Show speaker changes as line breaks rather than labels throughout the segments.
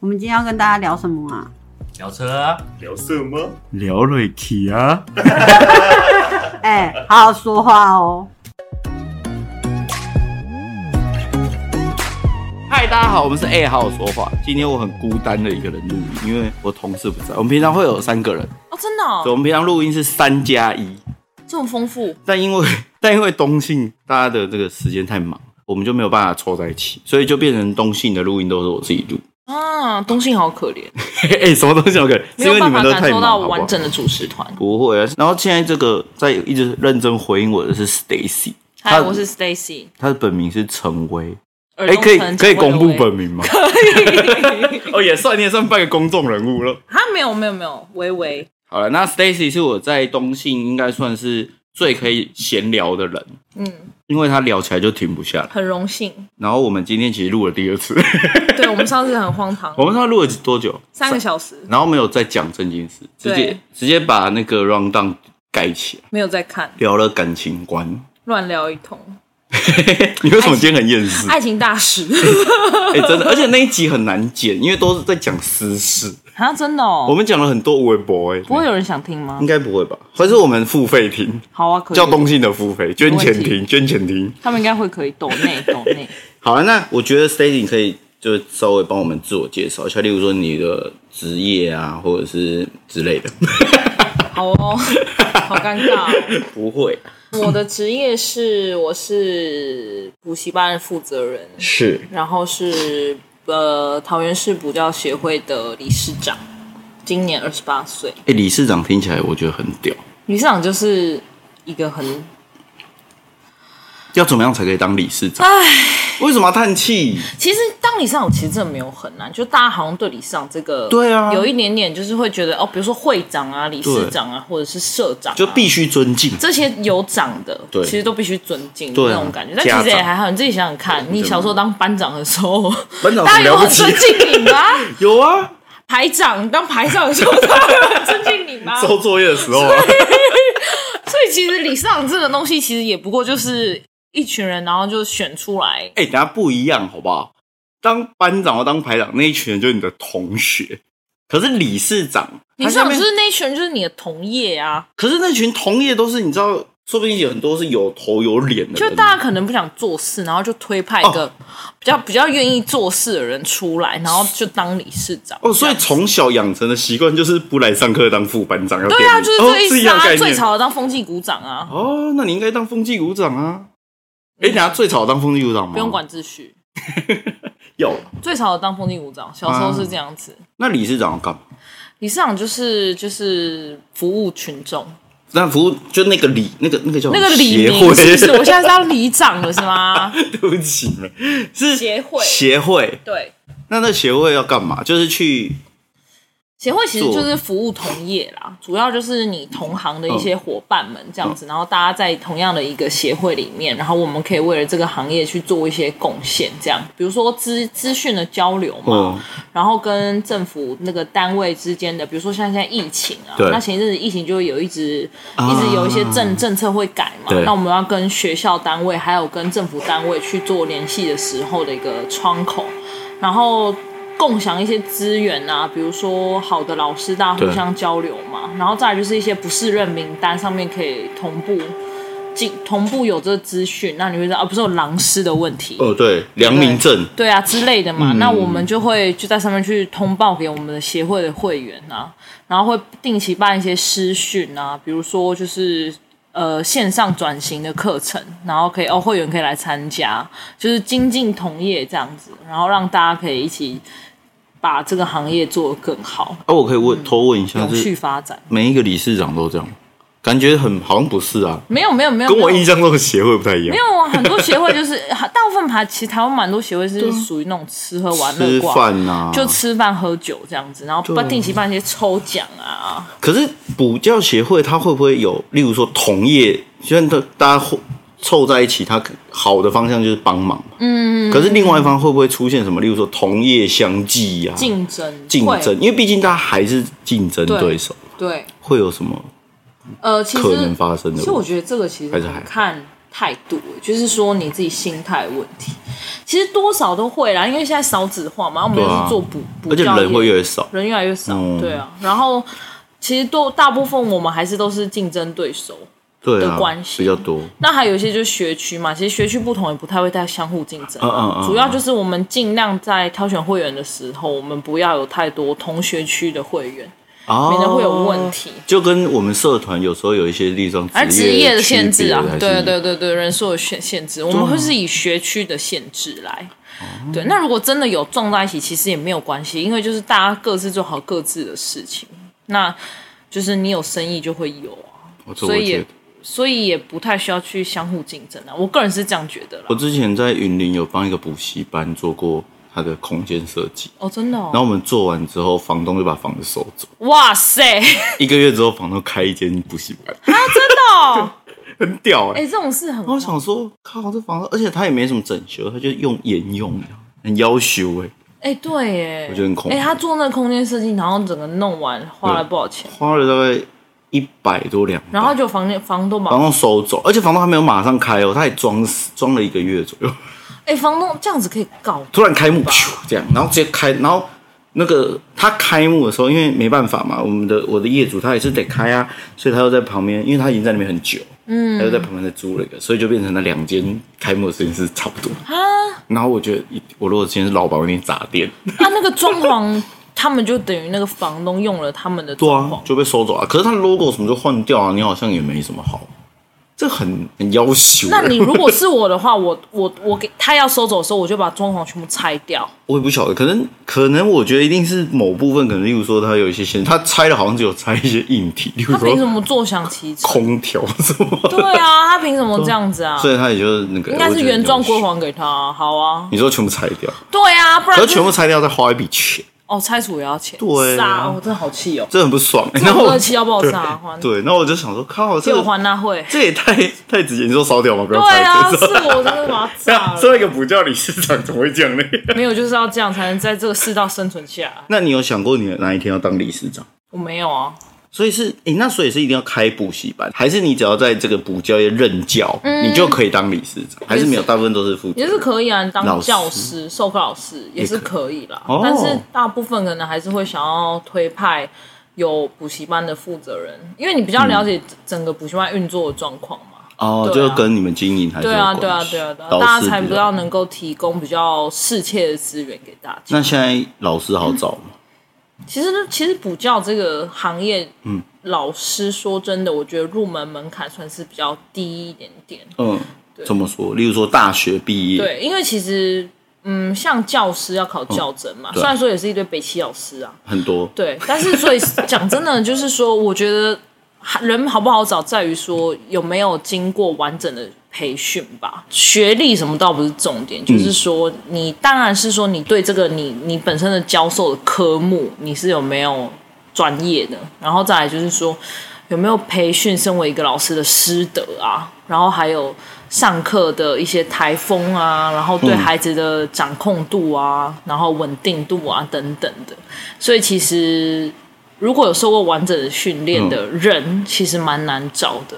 我们今天要跟大家聊什么啊？
聊车，啊
聊色吗？
聊瑞奇啊，
哎、好好说话哦。
嗨，大家好，我们是 A 好好说话。今天我很孤单的一个人录音，因为我同事不在。我们平常会有三个人，
哦，真的、
所以
哦，
我们平常录音是三加 一。
这么丰富，
但因为 但因为东信大家的这个时间太忙，我们就没有办法凑在一起，所以就变成东信的录音都是我自己录。
啊，东信好可怜，
哎、欸，什么东西我感觉？
没
是因
有
为你
办
们
法
都
感
太
受
忙，
到
好不好
完整的主持团。
不会啊。然后现在这个在一直认真回应我的是 Stacy，
嗨，我是 Stacy，
他的本名是陈威。
哎
哎、可以可以公布本名吗？ 哦，也算，你也算半个公众人物了。
啊？没有没有没有，微微，
好了，那 Stacy 是我在东信应该算是最可以闲聊的人，
嗯，
因为他聊起来就停不下来。
很荣幸。
然后我们今天其实录了第二次，
对我们上次很荒唐
我，们他录了多久？
三个小时
然后没有再讲正经事，直接
对
直接把那个 round down 盖起来，
没有在看，
聊了感情观。
乱聊一通，
你为什么今天很厌世？哎、哎
爱情 大使哎
真的，而且那一集很难剪，因为都是在讲私事。
啊，真的
我
哦，
们讲了很多微博、哎，
不会有人想听吗
应？该不会吧？还是我们付费听，
好啊，可 以
叫东信的付费，捐钱
没问
听，捐钱听。
他们应该会可以抖 内抖内。
好了，那我觉得 Stacy 可以就稍微帮我们自我介绍一下，例如说你的职业啊，或者是之类的。
好 哦，好尴尬哦、
不会，
我的职业是我是补习班的负责人，
是
然后是呃桃园市补教协会的理事长，今年二十八岁。
哎、理事长听起来我觉得很屌。
理事长就是一个很
要怎么样才可以当理事 长？为什么要叹气？
其实当理事长其实真的没有很难，就大家好像对理事长这个
对啊
有一点点就是会觉得哦，比如说会长啊、理事长啊，或者是社长啊、
就必须尊敬。
这些有长的，
对
其实都必须尊敬
对啊
那种感觉，但其实
家
也
长
还好。你自己想想看，你小时候当班长的时 候，
班长
大家
很了
有
不
很
起
尊，敬你吗？
有啊，
排长当排长的时候，大家有很尊敬你 吗？
收作业的时候 啊，
所以其实理事长这个东西，其实也不过就是一群人，然后就选出来。
哎、等下不一样，好不好？当班长或当排长那一群人就是你的同学，可是理事长，
理事
他下
长就
面
是那一群人，就是你的同业啊，
可是那群同业都是你知道，说不定有很多是有头有脸的人，
就大家可能不想做事，然后就推派一个
哦
比较比较愿意做事的人出来，然后就当理事长。
哦，所以
这样
从小养成的习惯就是不来上课当副班长，要
对啊，
点名
就是
哦
这
是
意
一
思
样
啊，
概
最
念。
吵的当风纪股长啊，
哦，那你应该当风纪股长啊。哎、等下最吵当风纪股长吗？
嗯不用管秩序，
要。
最吵的当风纪股长，小时候是这样子。
那理事长要干嘛？
理事长就是就是服务群众，
那服务就那个理，那个那个叫什
那
么
个李
哦协会
明是不是？我现在是当里长了是吗？
对不起，是
协会
协会。
对，
那那协会要干嘛？就是去
协会其实
做
就是服务同业啦，主要就是你同行的一些伙伴们这样子，然后大家在同样的一个协会里面，然后我们可以为了这个行业去做一些贡献，这样，比如说资资讯的交流嘛，
哦，
然后跟政府那个单位之间的，比如说像现在疫情啊，
对
那前一阵子疫情就会有一直、
啊
一直有一些政政策会改嘛
对，
那我们要跟学校单位还有跟政府单位去做联系的时候的一个窗口，然后共享一些资源啊，比如说好的老师大家互
对
相交流嘛，然后再来就是一些不适任名单上面可以同步进同步有这个资讯，那你会知道啊，不是有狼师的问题
哦，对，良民证，
对啊之类的
嗯
嘛，那我们就会就在上面去通报给我们的协会的会员啊，然后会定期办一些师训啊，比如说就是呃线上转型的课程，然后可以哦会员可以来参加，就是精进同业这样子，然后让大家可以一起把这个行业做得更好，
啊，我可以问偷问一下，
嗯永续
是
发展。
每一个理事长都这样吗，感觉很好像不是啊，
没有没有没有，
跟我
没有
印象中的协会不太一样
没。有啊，很多协会就是 大部分还其实台湾蛮多协会是属于那种吃喝玩乐
啊吃
挂的
饭呐、啊，
就吃饭喝酒这样子，然后不
对
定期办一些抽奖啊，
可是补教协会它会不会有，例如说同业，虽然大大家凑在一起，它好的方向就是帮忙嘛。嗯。可是另外一方会不会出现什么，例如说同业相忌呀、
竞争
竞
会
争？因为毕竟大家还是竞争对手，
对，
会有什么
呃，其实
可能发生的？
其实我觉得这个其实
还是
很
还好
看态度，就是说你自己心态的问题。其实多少都会啦，因为现在少子化嘛，我们又
对啊
是做补补
而且
教业，
人会越来越少。
人越来越少，
嗯
对啊。然后其实都大部分我们还是都是竞争对手，
对啊
的关，系
比较多。
那还有一些就是学区嘛，其实学区不同也不太会太相互竞争啊、
嗯嗯嗯
主要就是我们尽量在挑选会员的时候，我们不要有太多同学区的会员，
哦，
免得会有问题。
就跟我们社团有时候有一些地方
而哎职业的限制啊
区别，还是啊
对对对对，人数的限限制，我们会是以学区的限制来。
哦嗯
对，那如果真的有撞在一起，其实也没有关系，因为就是大家各自做好各自的事情，那就是你有生意就会有啊，
我这我
所以
觉
也
得。
所以也不太需要去相互竞争啊。我个人是这样觉得啦
我。之前在云林有帮一个补习班做过他的空间设计，
哦，真的、哦
然。后我们做完之后，房东就把房子收走。
哇塞，
一个月之后，房东开一间补习班，
哦，
很屌哎、
哎、这种事很
然后我想说，靠，这房子，而且他也没什么整修，他就用沿用，很要求哎、
哎、对耶，
我觉得很恐怖
哎、他做那个空间设计，然后整个弄完花了不少钱，
花了大概一百多两百，
然后就房间房东把
房东收走，而且房东还没有马上开哦，他也装死装了一个月左右，
哎、房东这样子可以告，
突然开幕，咻这样，然后直接开，然后那个他开幕的时候，因为没办法嘛，我们的我的业主他也是得开啊，所以他又在旁边，因为他已经在那边很久，嗯，他又在旁边再租了一个，所以就变成那两间开幕的时间是差不多。
啊，
然后我觉得一，我如果今天是老板，我一定砸店。
他那个装潢， 他们就等于那个房东用了他们的
对
装潢
啊，，就被收走啊。可是他的 logo 什么就换掉啊，你好像也没什么好，这很很要求。
那你如果是我的话，我我我给他要收走的时候，我就把装潢全部拆掉。
我也不晓得，可能可能我觉得一定是某部分，可能例如说他有一些限制，他拆了好像只有拆一些硬体，例如
他凭什
说
么坐享其成？
空调 什么的，
对啊，他凭什么这样子啊？
所以他也就是那个
应该是原状归。
我觉得很要求
还给他啊、好啊。
你说全部拆掉，
对啊，不然
可
就是
全部拆掉再花一笔钱，
哦，拆除也要钱，
对啊
杀我、真的好气哦，
这很不爽、欸。
那
然后
我
我
气到爆炸，还
对，那我就想说，靠，这
给我
个
还那会，
这也太太直接，你说烧掉吗？不
对
要拆
啊，
这
是
种
我真的 把它炸
身
了，
为一个补教理事长，怎么会这样呢？
没有就是要这样才能在这个世道生存下来，
那你有想过你哪一天要当理事长？
我没有啊，
所以是，诶、那所以是一定要开补习班，还是你只要在这个补教业任教，你就可以当理事长？还是没有，大部分都是副
嗯也
职？
是可以啊，你
老
当
师
教师、授课老师也是可以啦，
哦
但是大部分可能还是会想要推派。有补习班的负责人，因为你比较了解
嗯
整个补习班运作的状况嘛。
哦，
对
就
啊
跟你们经营哎还是有
对啊，
关
对啊，
系
对啊，对啊，
老
大
师
家才
比
比
较
较能够提供比较适切的资源给大家。
那现在老师好找吗？
其实，其实补教这个行业，嗯，老师说真的，我觉得入门门槛算是比较低一点点。
嗯，这么说，例如说大学毕业，
对，因为其实，嗯，像教师要考教甄嘛，虽然说也是一堆北齐老师啊，
很多
对，但是所以讲真的，就是说，我觉得人好不好找，在于说有没有经过完整的培训吧。学历什么倒不是重点，就是说你当然是说你对这个你你本身的教授的科目你是有没有专业的，然后再来就是说有没有培训身为一个老师的师德啊，然后还有上课的一些台风啊，然后对孩子的掌控度啊，然后稳定度啊等等的。所以其实如果有受过完整的训练的
嗯
人，其实蛮难找的。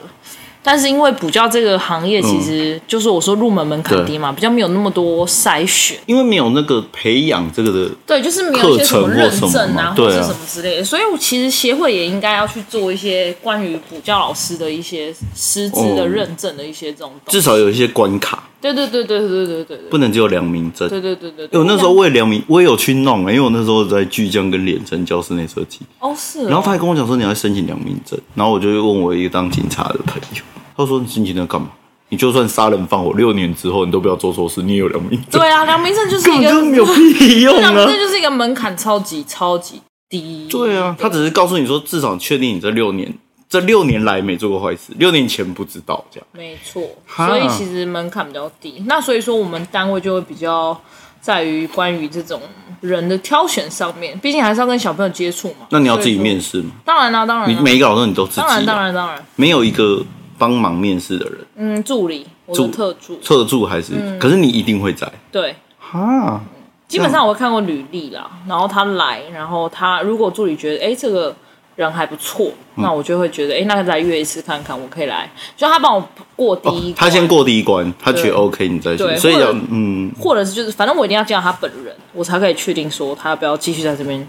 但是因为补教这个行业，其
嗯
实就是我说入门门槛低嘛，比较没有那么多筛选。
因为没有那个培养这个的，
对，就是没有一些什么认证啊，
课程或什么嘛
或
对
是
啊
什么之类的，所以我其实协会也应该要去做一些关于补教老师的一些师资的
哦
认证的一些这种东西。
至少有一些关卡，
对对对对对对对对
不能只有良民证。
对对对对
欸
对。
我那时候为良民，我也有去弄、欸，因为我那时候在巨匠跟连城教室内设计，
哦是哦，
然后他还跟我讲说你要申请良民证，然后我就问我一个当警察的朋友，他说你申请那干嘛？你就算杀人放火，六年之后你都不要做错事，你也有良民证，
对啊，良民证就是
根
一
本
个
就没有屁用
良民
啊！
证就是一个门槛超级超级低。
对啊，他只是告诉你说，至少确定你这六年，这六年来没做过坏事，六年前不知道这样。
没错，
哈
所以其实门槛比较低。那所以说，我们单位就会比较在于关于这种人的挑选上面，毕竟还是要跟小朋友接触嘛。
那你要自己
所以说
面试吗？
当然啦、啊当然
你
啦、
每一个老师你都自己、
嗯当然当，然当然，
没有一个帮忙面试的人，
嗯，助理，我
助
的特助，
特助还是，
嗯
可是你一定会在
对，
哈。
基本上我看过履历啦，然后他来，然后他如果助理觉得哎这个人还不错，那
嗯
我就会觉得，哎、那来约一次看看，我可以来。就他帮我过第一、
哦，他先，过第一关，他觉
对
得 OK，你再
对
去。所以
或者
要嗯，
或者是就是，反正我一定要见到他本人，我才可以确定说他要不要继续在这边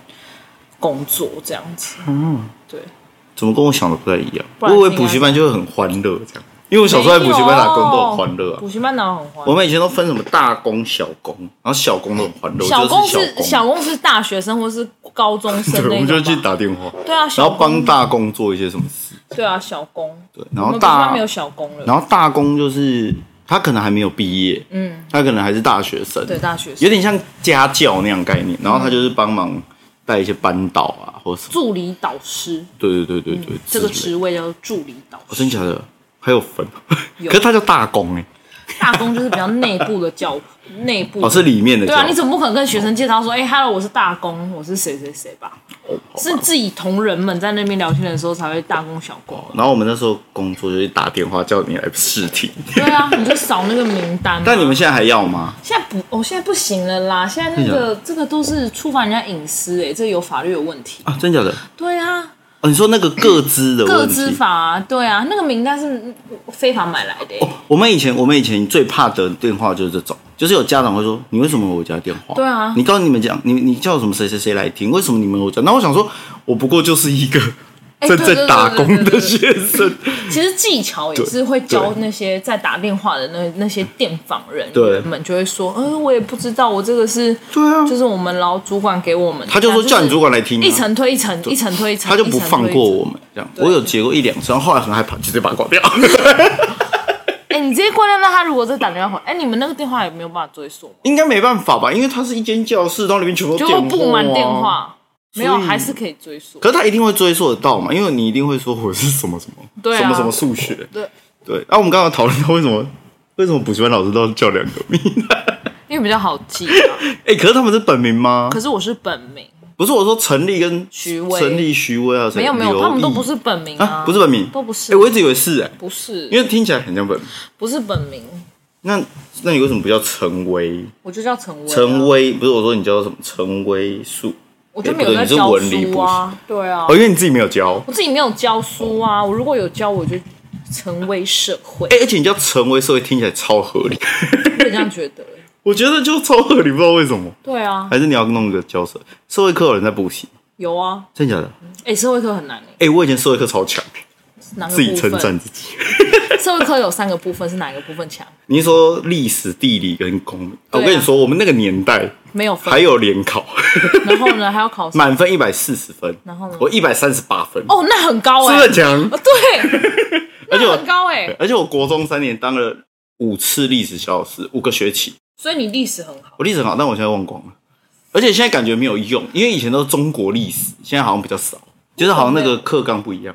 工作这样子。
嗯怎么跟我想的不太一样？
不
我
然
以为
是应该
补习班就会很欢乐这样，因为我小时候在补习班打工都很欢乐啊
补。习班哪有很欢
我
乐？
们以前都分什么大工、小工，然后小工都很欢乐，
小
我
工
就是是
小
小
工是大学生或是高中生
工，对，我
那
们就去
种吧。
打电话，
对啊，
然
小
后帮
工
大工做一些什么事，
对啊，小工。
对，然
我
后
们补习班
大
没有小工了。
然后大工就是他可能还没有毕业，
嗯，
他可能还是大学生，
对，大学生
有点像家教那样概念。然后他就是帮忙带一些班导啊，或什么。
助理导师
对对对对对，
嗯这个
之类
职
的，
位叫做助理导
我
师
真。假的还有分，
有
可是他叫大工哎，
大工就是比较内部的教 内部的
哦是里面的
对
教，
啊，你怎么不可能跟学生介绍说，哎、h e l l o 我是大工，我是谁谁谁吧？
哦好吧
是自己同仁们在那边聊天的时候才会大工小工。
然后我们那时候工作就是打电话叫你来试听，
对啊，你就扫那个名单嘛。
但你们现在还要吗？
现在不，哦，现在不行了啦！现在那
啊
个这个都是触犯人家隐私、哎，这有法律有问题。
啊，真假的？
对啊，
哦，你说那个各资的
各
问
资
题。
法、啊，对啊，那个名单是非法买来的、哎
哦，我们以前我们以前最怕得电话就是这种，就是有家长会说你为什么有我家电话？
对啊
你告诉你们讲，你你叫什么谁谁谁来听，为什么你们有我家？那我想说，我不过就是一个
哎
正
对对
在
对
打
对对
工
对
的
对
学生，
其实技巧也是会教那些在打电话的那那些电访人
对
员们，就会说，嗯，我也不知道，我这个是，
对啊
就是我们老主管给我们的，
他就说叫你主管来听啊
一层推一层，一层推一层，
他就不
一层推
放
一层
过。我们这样。我有接过一两次，然后后来很害怕，直接把它挂掉。
哎，你直接挂掉，那他如果再打电话回，哎，你们那个电话也没有办法追溯吗，
应该没办法吧？因为它是一间教室，然后里面全部都
就
电
会
话、啊
布满电。话，没有，
所以
还是可以追溯。
可是他一定会追溯得到嘛，因为你一定会说我是什么什么，
对啊
什么什么数学，
对，
对。啊那、我们刚刚讨论到为什么 为什么补习班老师都要叫两个名？
因为比较好 记啊。
哎、可是他们是本名吗？
可是我是本名，
不是我说陈立跟
徐威
陈立、徐威啊，谁
没有没有，
刘
他们都
毅
不是本名
啊，不是本名，
都不是
哎、我一直以为是哎、
不是，
因为听起来很像本名。
不是本名，
那那你为什么不叫陈威？
我就叫陈威啊。
陈威不是我说你叫什么陈威树？
我就没有在
哎不对你是
教
文理
书啊，对啊
哦，，因为你自己没有教。
我自己没有教书啊，我如果有教，我就成为社会，
哎、而且你叫陈威社会听起来超合理，
我这样觉得。
我觉得就超合理，不知道为什么。
对啊，
还是你要弄个教社社会课有人在补习，
有啊，
真的假的？
哎、社会科很难哎、
哎、我以前社会课超强，
哪个
自己称
部
赞
分？
自己。
社会科有三个部分，是哪一个部分强？
你是说历史、地理跟公民、我
对啊
跟你说，我们那个年代
没有分，
还有联考，
然后呢，还要考什么？
满分一百四十分，
然后呢
我一百三十八分，
哦，那很高哎、
真的强。
哦 对，
而且我
那很高哎、
对而且我国中三年当了五次历史小老师，五个学期，
所以你历史很好。
我历史很好，但我现在忘光了。而且现在感觉没有用，因为以前都是中国历史，现在好像比较少，就是好像那个课纲不一样，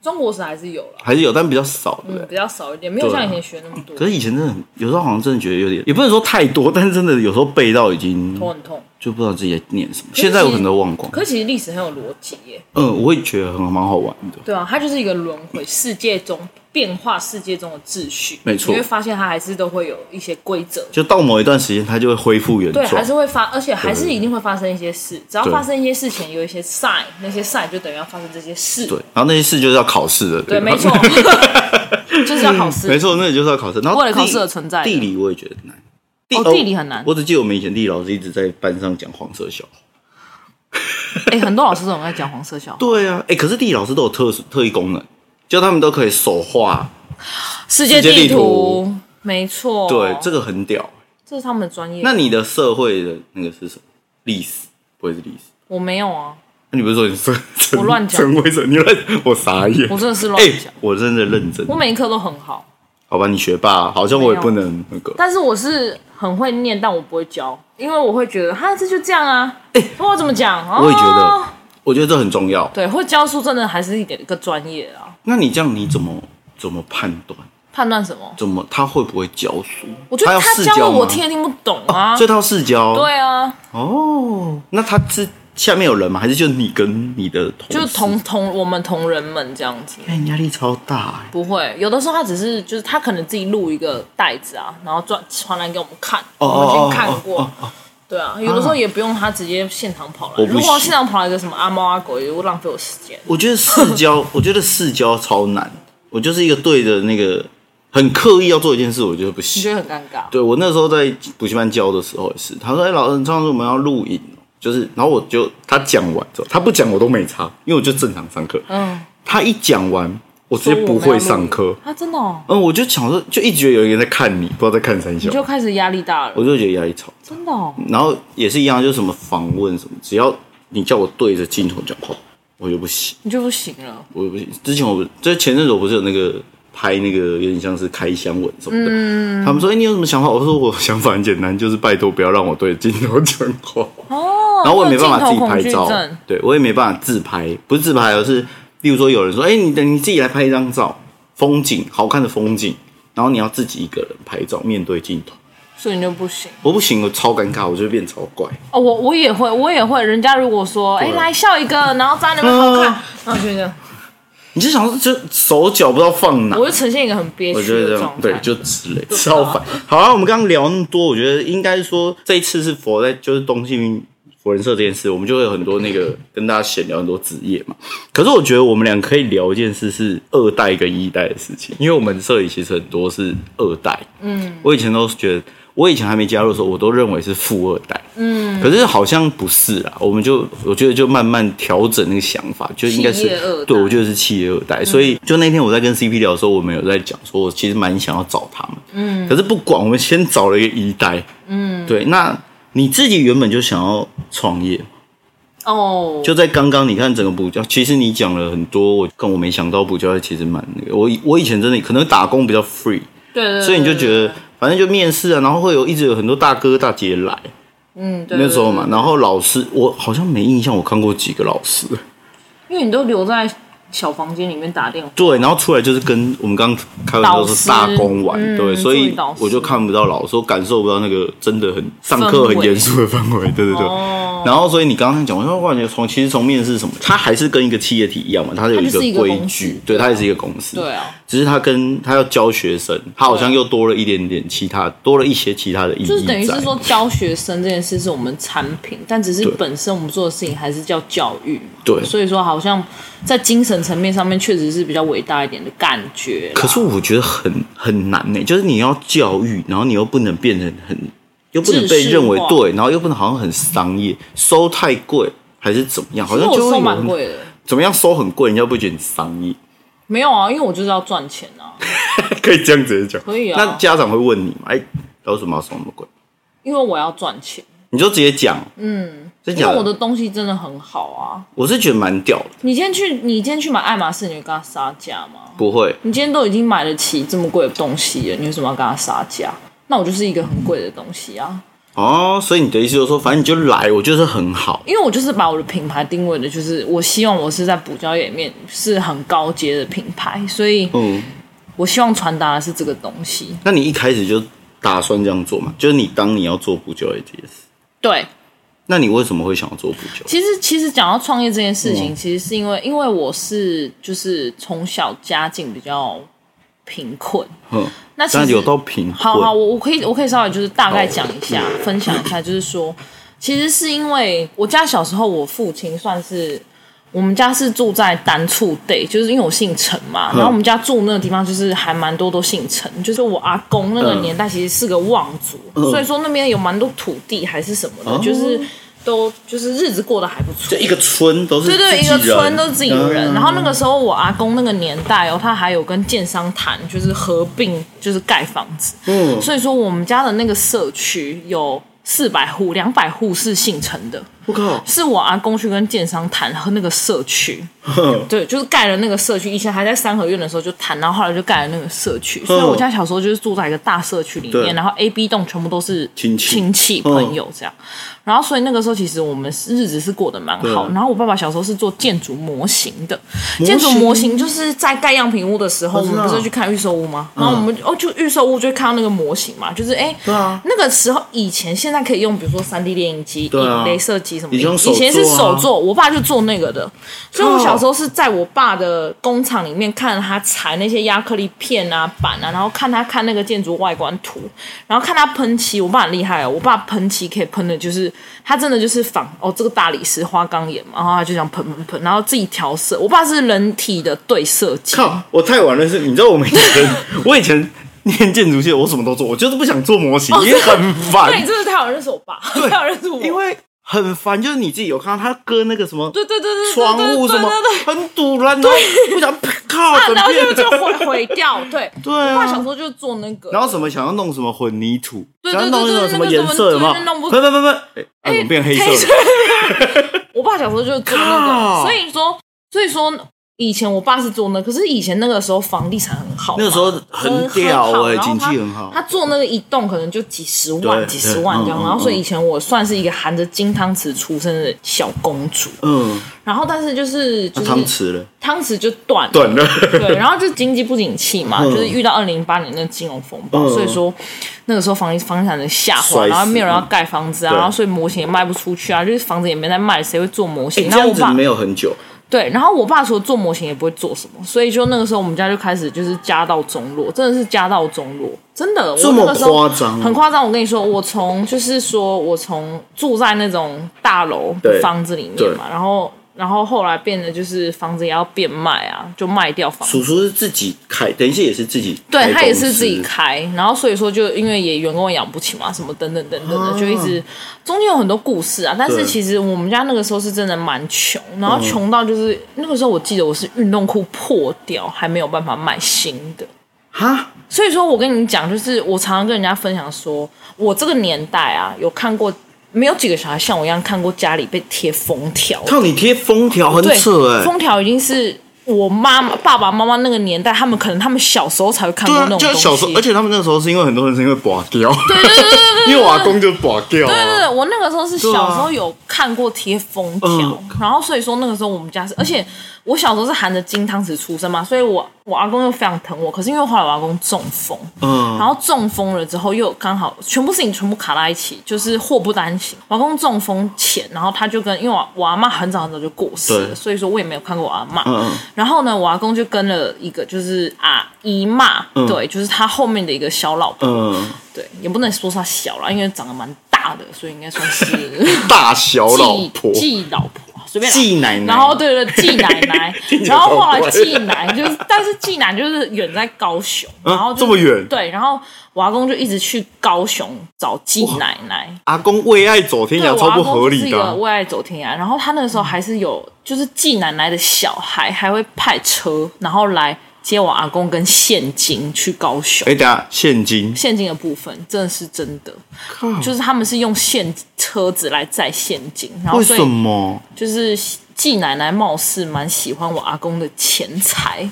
中国史还是有了，
还是有，但比较少，对不对
嗯，？比较少一点，没有
对啊
像以前学那么多
可，是以前真的很，有时候好像真的觉得有点，也不能说太多，但是真的有时候背到已经
头很痛。
就不知道自己在念什么。
是
现在我可能都忘光。
可是其实历史很有逻辑耶，
嗯，我也觉得很蛮好玩的。
对啊，它就是一个轮回，世界中变化，世界中的秩序，
没错
你会发现它还是都会有一些规则，
就到某一段时间，它就会恢复原
对，还
状
是。会发，而且还是
对
一定会发生一些事，只要
对
发生一些事情，有一些 sign，那些 sign 就等于要发生这些事，
对，然后那些事就是要考试的。
对，
吧
没错， 就是要考试，
没错，那也就是要考试。然后
为了考
地
试而存在的
地理我也觉得难。
哦
呃
地理很难
我只记得我们以前地理老师一直在班上讲黄色笑话。
哎，很多老师都有在讲黄色笑话，
对啊，哎，可是地理老师都有特殊特异功能，就他们都可以手画。
世界
世界地
图
图，
没错，
对，这个很屌。
这是他们的专业，
那你的社会的那个是什么？历史不会是历史？
我没有啊，
那你不是说你是陈
我乱讲
陈辉成？你乱，我傻眼。
我真的是乱
哎、
讲，
我真的认真
我。每一科都很好，
好吧，你学霸，好像我也不能那个。
但是我是很会念，但我不会教，因为我会觉得哈，这就这样啊。哎、我怎么讲？
我也觉得
哦
我觉得这很重要。
对，会教书真的还是一点一个专业啊。
那你这样你怎么怎么判断？
判断什么？
怎么他会不会教书？
我觉
他
得
要
他
试
教
教
的我
吗哦
听也听不懂啊。
所以他要试教。
对啊，
哦，那他是下面有人吗？还是就你跟你的同事？哎
就是同同我们同仁们这样子。
看压力超大、欸、
不会，有的时候他只是就是他可能自己录一个袋子啊，然后传传来给我们看，
哦
我们
哦
先看
哦
过，对啊，有的时候也不用他直接现场跑来。
我不
如果
行
现场跑来个什么阿猫阿狗，也会浪费我时间。
我觉得市 交，我觉得市交超难。我就是一个对着那个很刻意要做一件事，我觉得不
你
行
觉。得很尴尬？
对我那时候在补习班教的时候也是，他说：“哎、老师，上次我们要录影哦，就是。”然后我就他讲完之后，他不讲我都没差，因为我就正常上课。
嗯，
他一讲完，我直接不会上课。
啊，真的、哦，
嗯，我就想说，就一直觉得有一个人在看你，不知道在看三小
你，就开始压力大了
我，就觉得压力超。
真的、哦。
然后也是一样，就是什么访问什么，只要你叫我对着镜头讲话，我就不行，
你就不行了，
我就不行。之前我这前阵子我不是有那个拍那个有点像是开箱文什么的，
嗯
他们说：“哎、你有什么想法？”我说：“我想法很简单，就是拜托不要让我对着镜头讲 话。”
哦，
然后我也没办法自己
这个
拍
镜头
照
恐惧症，
对我也没办法自拍，不是自拍，而是例如说有人说，哎、你等你自己来拍一张照，风景好看的风景，然后你要自己一个人拍照，面对镜头，
所以你就不行。
我不行，我超尴尬，我就会变超怪，
哦，我我也会，我也会。人家如果说，哎、
对
来笑一个，然后站在那边好看
啊，
然后就这样，
你就想说就手脚不知道放哪
我。就呈现一个很憋
我
屈
觉得
的
这样
状态。
对，就之类，超烦。好啊，我们刚刚聊那么多，我觉得应该说这一次是佛在就是东信佛人社这件事，我们就会有很多那个跟大家闲聊很多职业嘛。可是我觉得我们俩可以聊一件事是二代跟一代的事情，因为我们社里其实很多是二代。嗯，我以前都是觉得，我以前还没加入的时候，我都认为是富二代。嗯，可是好像不是啦，我们就我觉得就慢慢调整那个想法，就应该
企
是
业二代嗯
对，我觉得是企业二代。所以就那天我在跟 CP 聊的时候，我们有在讲说，我其实蛮想要找他们。嗯，可是不管，我们先找了一个一代。嗯，对，那你自己原本就想要创业，
哦，
就在刚刚，你看整个补教，其实你讲了很多，我跟我没想到补教其实蛮那个。我以我以前真的可能打工比较 free，
对对对，
所以你就觉
对
得反正就面试啊，然后会有一直有很多大哥大姐来
嗯，对
那时候，嘛
对，对
然后老师我好像没印象，我看过几个老师，
对因为你都留在小房间里面打电话，
对，然后出来就是跟我们刚刚开玩笑说是
导
大
师
公玩，
嗯
对，所
助理
以
导师
我就看不到老师，我感受不到那个真的很上课
氛围
很严肃的氛围，对对对。
哦
然后，所以你刚刚讲，我说我感觉从其实从面试什么，它还是跟一个企业体一样嘛，它有
它就是一个
规
公司
矩，对，它也是一个公司，
对啊，
只是它跟它要教学生，它好像
对啊
又多了一点点其他，多了一些其他的意义在。
就是等于是说教学生这件事是我们产品，但只是
对
本身我们做的事情还是叫教育。
对
所以说好像在精神层面上面确实是比较伟大一点的感觉啦。
可是我觉得很很难呢、就是你要教育，然后你又不能变成很，又不能被认为
制式化
对，然后又不能好像很商业，收太贵还是怎么样，好像
因为
就
我
会
收
有
蛮
人
贵的，
怎么样收很贵，人家不会觉得你商业，
没有啊，因为我就是要赚钱啊，
可以这样直接讲。
可以啊
那家长会问你嘛，哎，老鼠猫收那么贵，
因为我要赚钱，
你就直接讲，嗯，真
因
假
为我
的？
的东西真的很好啊。
我是觉得蛮屌的，
你今天去，你今天去买爱马仕，你会跟他杀价吗？
不会，
你今天都已经买得起这么贵的东西了，你为什么要跟他杀价？那我就是一个很贵的东西啊，
哦，所以你的意思就是说，反正你就来，我就是很好，
因为我就是把我的品牌定位的，就是我希望我是在补教业里面是很高阶的品牌，所以
嗯。
我希望传达的是这个东西。
那你一开始就打算这样做嘛？就是你当你要做补救 ATS，
对，
那你为什么会想要做补救？
其实其实讲到创业这件事
嗯
情，其实是因为因为我是就是从小家境比较贫困，
嗯，
那其
但
实
有到贫困，
好好，我我可以我可以稍微就是大概讲一下，分享一下，就是说，其实是因为我家小时候，我父亲算是我们家是住在单处地，就是因为我姓陈
嗯
嘛，然后我们家住那个地方就是还蛮多都姓陈，就是我阿公那个
嗯
年代其实是个望族，所以说那边有蛮多土地还是什么的，就是都就是日子过得还不错，
哦就一个村都是
对对，
自
一
己
个
人
村都是自己人。
嗯
然后那个时候我阿公那个年代哦，他还有跟建商谈，就是合并，就是盖房子。
嗯
所以说我们家的那个社区有四百户，两百户是姓陈的，
我靠，
是我阿公去跟建商谈和那个社区。
嗯
对，就是盖了那个社区，以前还在三合院的时候就谈，然后后来就盖了那个社区。所以我家小时候就是住在一个大社区
嗯
里
对
面，然后 A、B 栋全部都是
亲戚
亲戚
嗯
朋友这样。然后所以那个时候其实我们日子是过得蛮好。
对
然后我爸爸小时候是做建筑模型的，
模型
建筑模型就是在盖样品屋的时候，
我
我
知道嗯
们不是去看预售屋吗？然后我们就哦就预售屋就会看到那个模型嘛，就是哎，
对啊
那个时候以前现在可以用，比如说三 D 打印机、
对啊
镭射机级什么的，
你就用手
以前是
做啊
手做，我爸就做那个的，所以我小时候是在我爸的工厂里面看他裁那些亚克力片啊、板啊，然后看他看那个建筑外观图，然后看他喷漆，我爸很厉害哦，我爸喷漆可以喷的就是他真的就是仿哦这个大理石花岗岩嘛，然后他就这样喷喷喷，然后自己调色，我爸是人体的对色机，
靠，我太晚认识，你知道我们以 前，我以前念建筑系，我什么都做，我就是不想做模型，
哦
也很
那你
烦，
真哎的太好认识我爸，太好认识我，
因为很烦，就是你自己有看到他割那个什么
对对对对对
窗
对
户
对
什么
对对，
很堵然后不想靠，
啊，
怎
然
么
后就
变
就
得？
毁毁掉，对。
对
我爸小
啊
时。候就做那个，
然后什么想要弄什么混凝土，
对
想要
对
弄
对
那种
对对
什么颜色有没有？
那个弄不
不不不不，哎，啊怎么变黑色了？
我爸小时候就做那
靠
个，所以说所以说以前我爸是做那个可是以前那个时候房地产很好嘛，
那个时候很
很
屌
好
哎，
然后
景
他
气很好
他。做那个一栋可能就几十
对
万、几十万这样，
对嗯
然后
嗯
所以以前我算是一个含着金汤匙出生的小公主，
嗯，
然后但是就是
那
就是
汤匙了，
汤匙就断了。
短了。
对，然后就经济不景气嘛，
嗯
就是遇到二零零八年那个金融风暴，
嗯
所以说那个时候房地房地产的下
摔死
滑，然后没有人要盖房子啊，
对
然后所以模型也卖不出去啊，就是房子也没在卖，谁会做模
哎
型？
这
然后
样
我
子
爸
没有很久，
对，然后我爸除了做模型也不会做什么，所以就那个时候我们家就开始就是家道中落，真的是家道中落，真的
这
我
么
那个时候
夸张哦
很夸张。我跟你说，我从就是说我从住在那种大楼
对
房子里面嘛，然后然后后来变得就是房子也要变卖啊，就卖掉房子。
叔叔是自己开，等于是也是自己，
对他也是自己。开，然后所以说就因为也员工养不起嘛，什么等等等等的，就一直中间有很多故事啊。但
嗯对嗯
是其实我们家那个时候是真的蛮穷，然后穷到就是、那个时候我记得我是运动裤破掉，还没有办法买新的。
哈，
所以说我跟你讲，就是我常常跟人家分享说，我这个年代啊，有看过没有几个小孩像我一样看过家里被贴封条的
靠你贴封条很
对，
扯哎、
封条已经是我妈妈、爸爸妈妈那个年代，他们可能他们小时候才会看
对
过那
啊，
种
就
东
是
西。
小时候，而且他们那时候是因为很多人是因为拔掉，对
对对对对
因为我阿公就拔掉、啊，
对对对，我那个时候是
对啊
小时候有看过贴封条，
嗯
然后所以说那个时候我们家是，而且我小时候是含着金汤匙出生嘛，所以我我阿公又非常疼我，可是因为后来我阿公中风，
嗯，
然后中风了之后又刚好全部事情全部卡在一起，就是祸不单行。我阿公中风前，然后他就跟因为我我阿妈很早很早就过世
对
了，所以说我也没有看过我阿妈。
嗯嗯
然后呢，我阿公就跟了一个就是阿姨妈，
嗯
对，就是他后面的一个小老婆，
嗯，
对，也不能说她小啦，因为长得蛮大的，所以应该算 是
大小老婆
继继老婆，随便啦。
季奶奶，
然后对对，季奶奶
听，起来
然后后
好怪
来季奶就是，但是季奶就是远在高雄，
啊
然后就
这么远
对，然后我阿公就一直去高雄找季奶奶，
阿公为爱走天
对，
涯，
我
超
阿
不
公
合
就是
理
一
的
个
啊、
为爱走天涯，然后他那个时候还是有，就是季奶奶的小孩还会派车，然后来接我阿公跟现金去高雄。
哎、等一下现金，
现金的部分真的是真的，
靠，
就是他们是用现车子来载现金，然后
为
所
什
以
么？
就是季奶奶貌似蛮喜欢我阿公的钱财，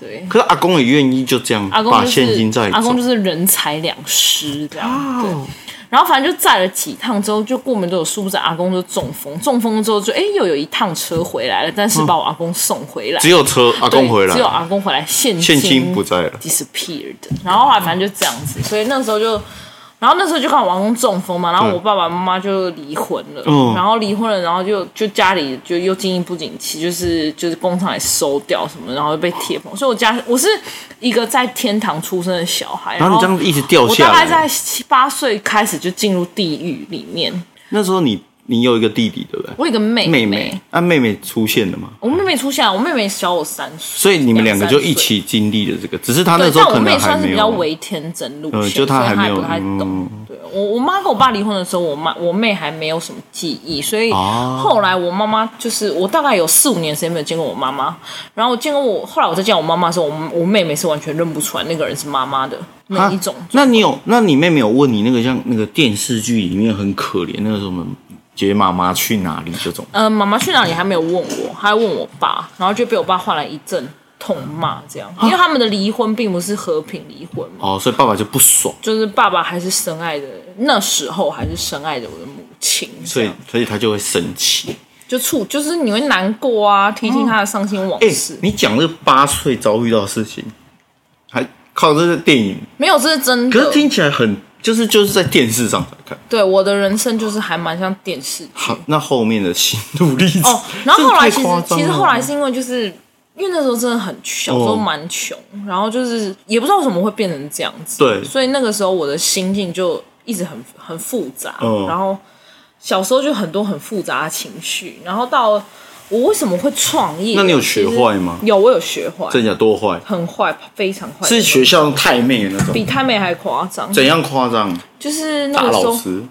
对，
可是阿公也愿意就这样
阿公
把
就是
现金再走，
阿公就是人财两失这样，对。
哦
然后反正就载了几趟之后，就过门都有殊不知阿公就中风，中风之后就哎又有一趟车回来了，但是把我阿公送回
嗯
来，
只有车阿
对
公回来
只有，阿公回来，现
现
现
金不在了
disappeared。然后后来反正就这样子，所以那时候就，然后那时候就看我阿公中风嘛，然后
对
我爸爸妈妈就离婚了，
嗯
然后离婚了，然后就就家里就又经营不景气，就是就是工厂也收掉什么，然后就被贴封，所以我家我是一个在天堂出生的小孩，
然后你这样一直掉
我
下
大
来，
概在七八岁开始就进入地狱里面。
那时候你你有一个弟弟对不对？
我有一个妹
妹
妹，，
啊，妹妹出现了嘛？
我妹妹出现了，我妹妹小我三岁，
所以你们两个就
两三岁
一起经历了这个，只是他
对，
那时候
但
可
我妹
能还
算是
没
比
有。
较为天真路线，
嗯
所
就
以
她还没有
也不太懂。
嗯
对我，我妈跟我爸离婚的时候，我妈我妹还没有什么记忆，所以
哦
后来我妈妈就是我大概有四五年时间没有见过我妈妈，然后我见过我后来我再见我妈妈的时候，我我妹妹是完全认不出来那个人是妈妈的那一种
啊。那你有？那你妹妹有问你那个像那个电视剧里面很可怜那个什么姐妈妈去哪里这种？
呃，妈妈去哪里还没有问我，还问我爸，然后就被我爸换来一阵痛骂，这样，
啊
因为他们的离婚并不是和平离婚嘛，
哦，所以爸爸就不爽，
就是爸爸还是深爱的，那时候还是深爱着我的母亲，
所
这
以
样
所以他就会生气。
就触就是你会难过啊，提起他的伤心往
哎、
事，
你讲这八岁遭遇到的事情，还靠这是电影，
没有这是真
可是
的。
听起来很就是就是在电视上才看。
对，我的人生就是还蛮像电视剧
好，那后面的心路历程
哦。然后后来
这个太
其实
夸张
其
了
实后来是因为就是因为那时候真的很穷，小时候
哦
蛮穷，然后就是也不知道为什么会变成这样子。
对
所以那个时候我的心境就一直很很复杂，
嗯
然后小时候就很多很复杂的情绪，然后到我为什么会创业？
那你有学坏吗
其实有，我有学坏，
真假多坏，
很坏，非常坏，
是学校太妹那种，
比太妹还夸张，
怎样夸张？
就是那
打
个时
老
候
师，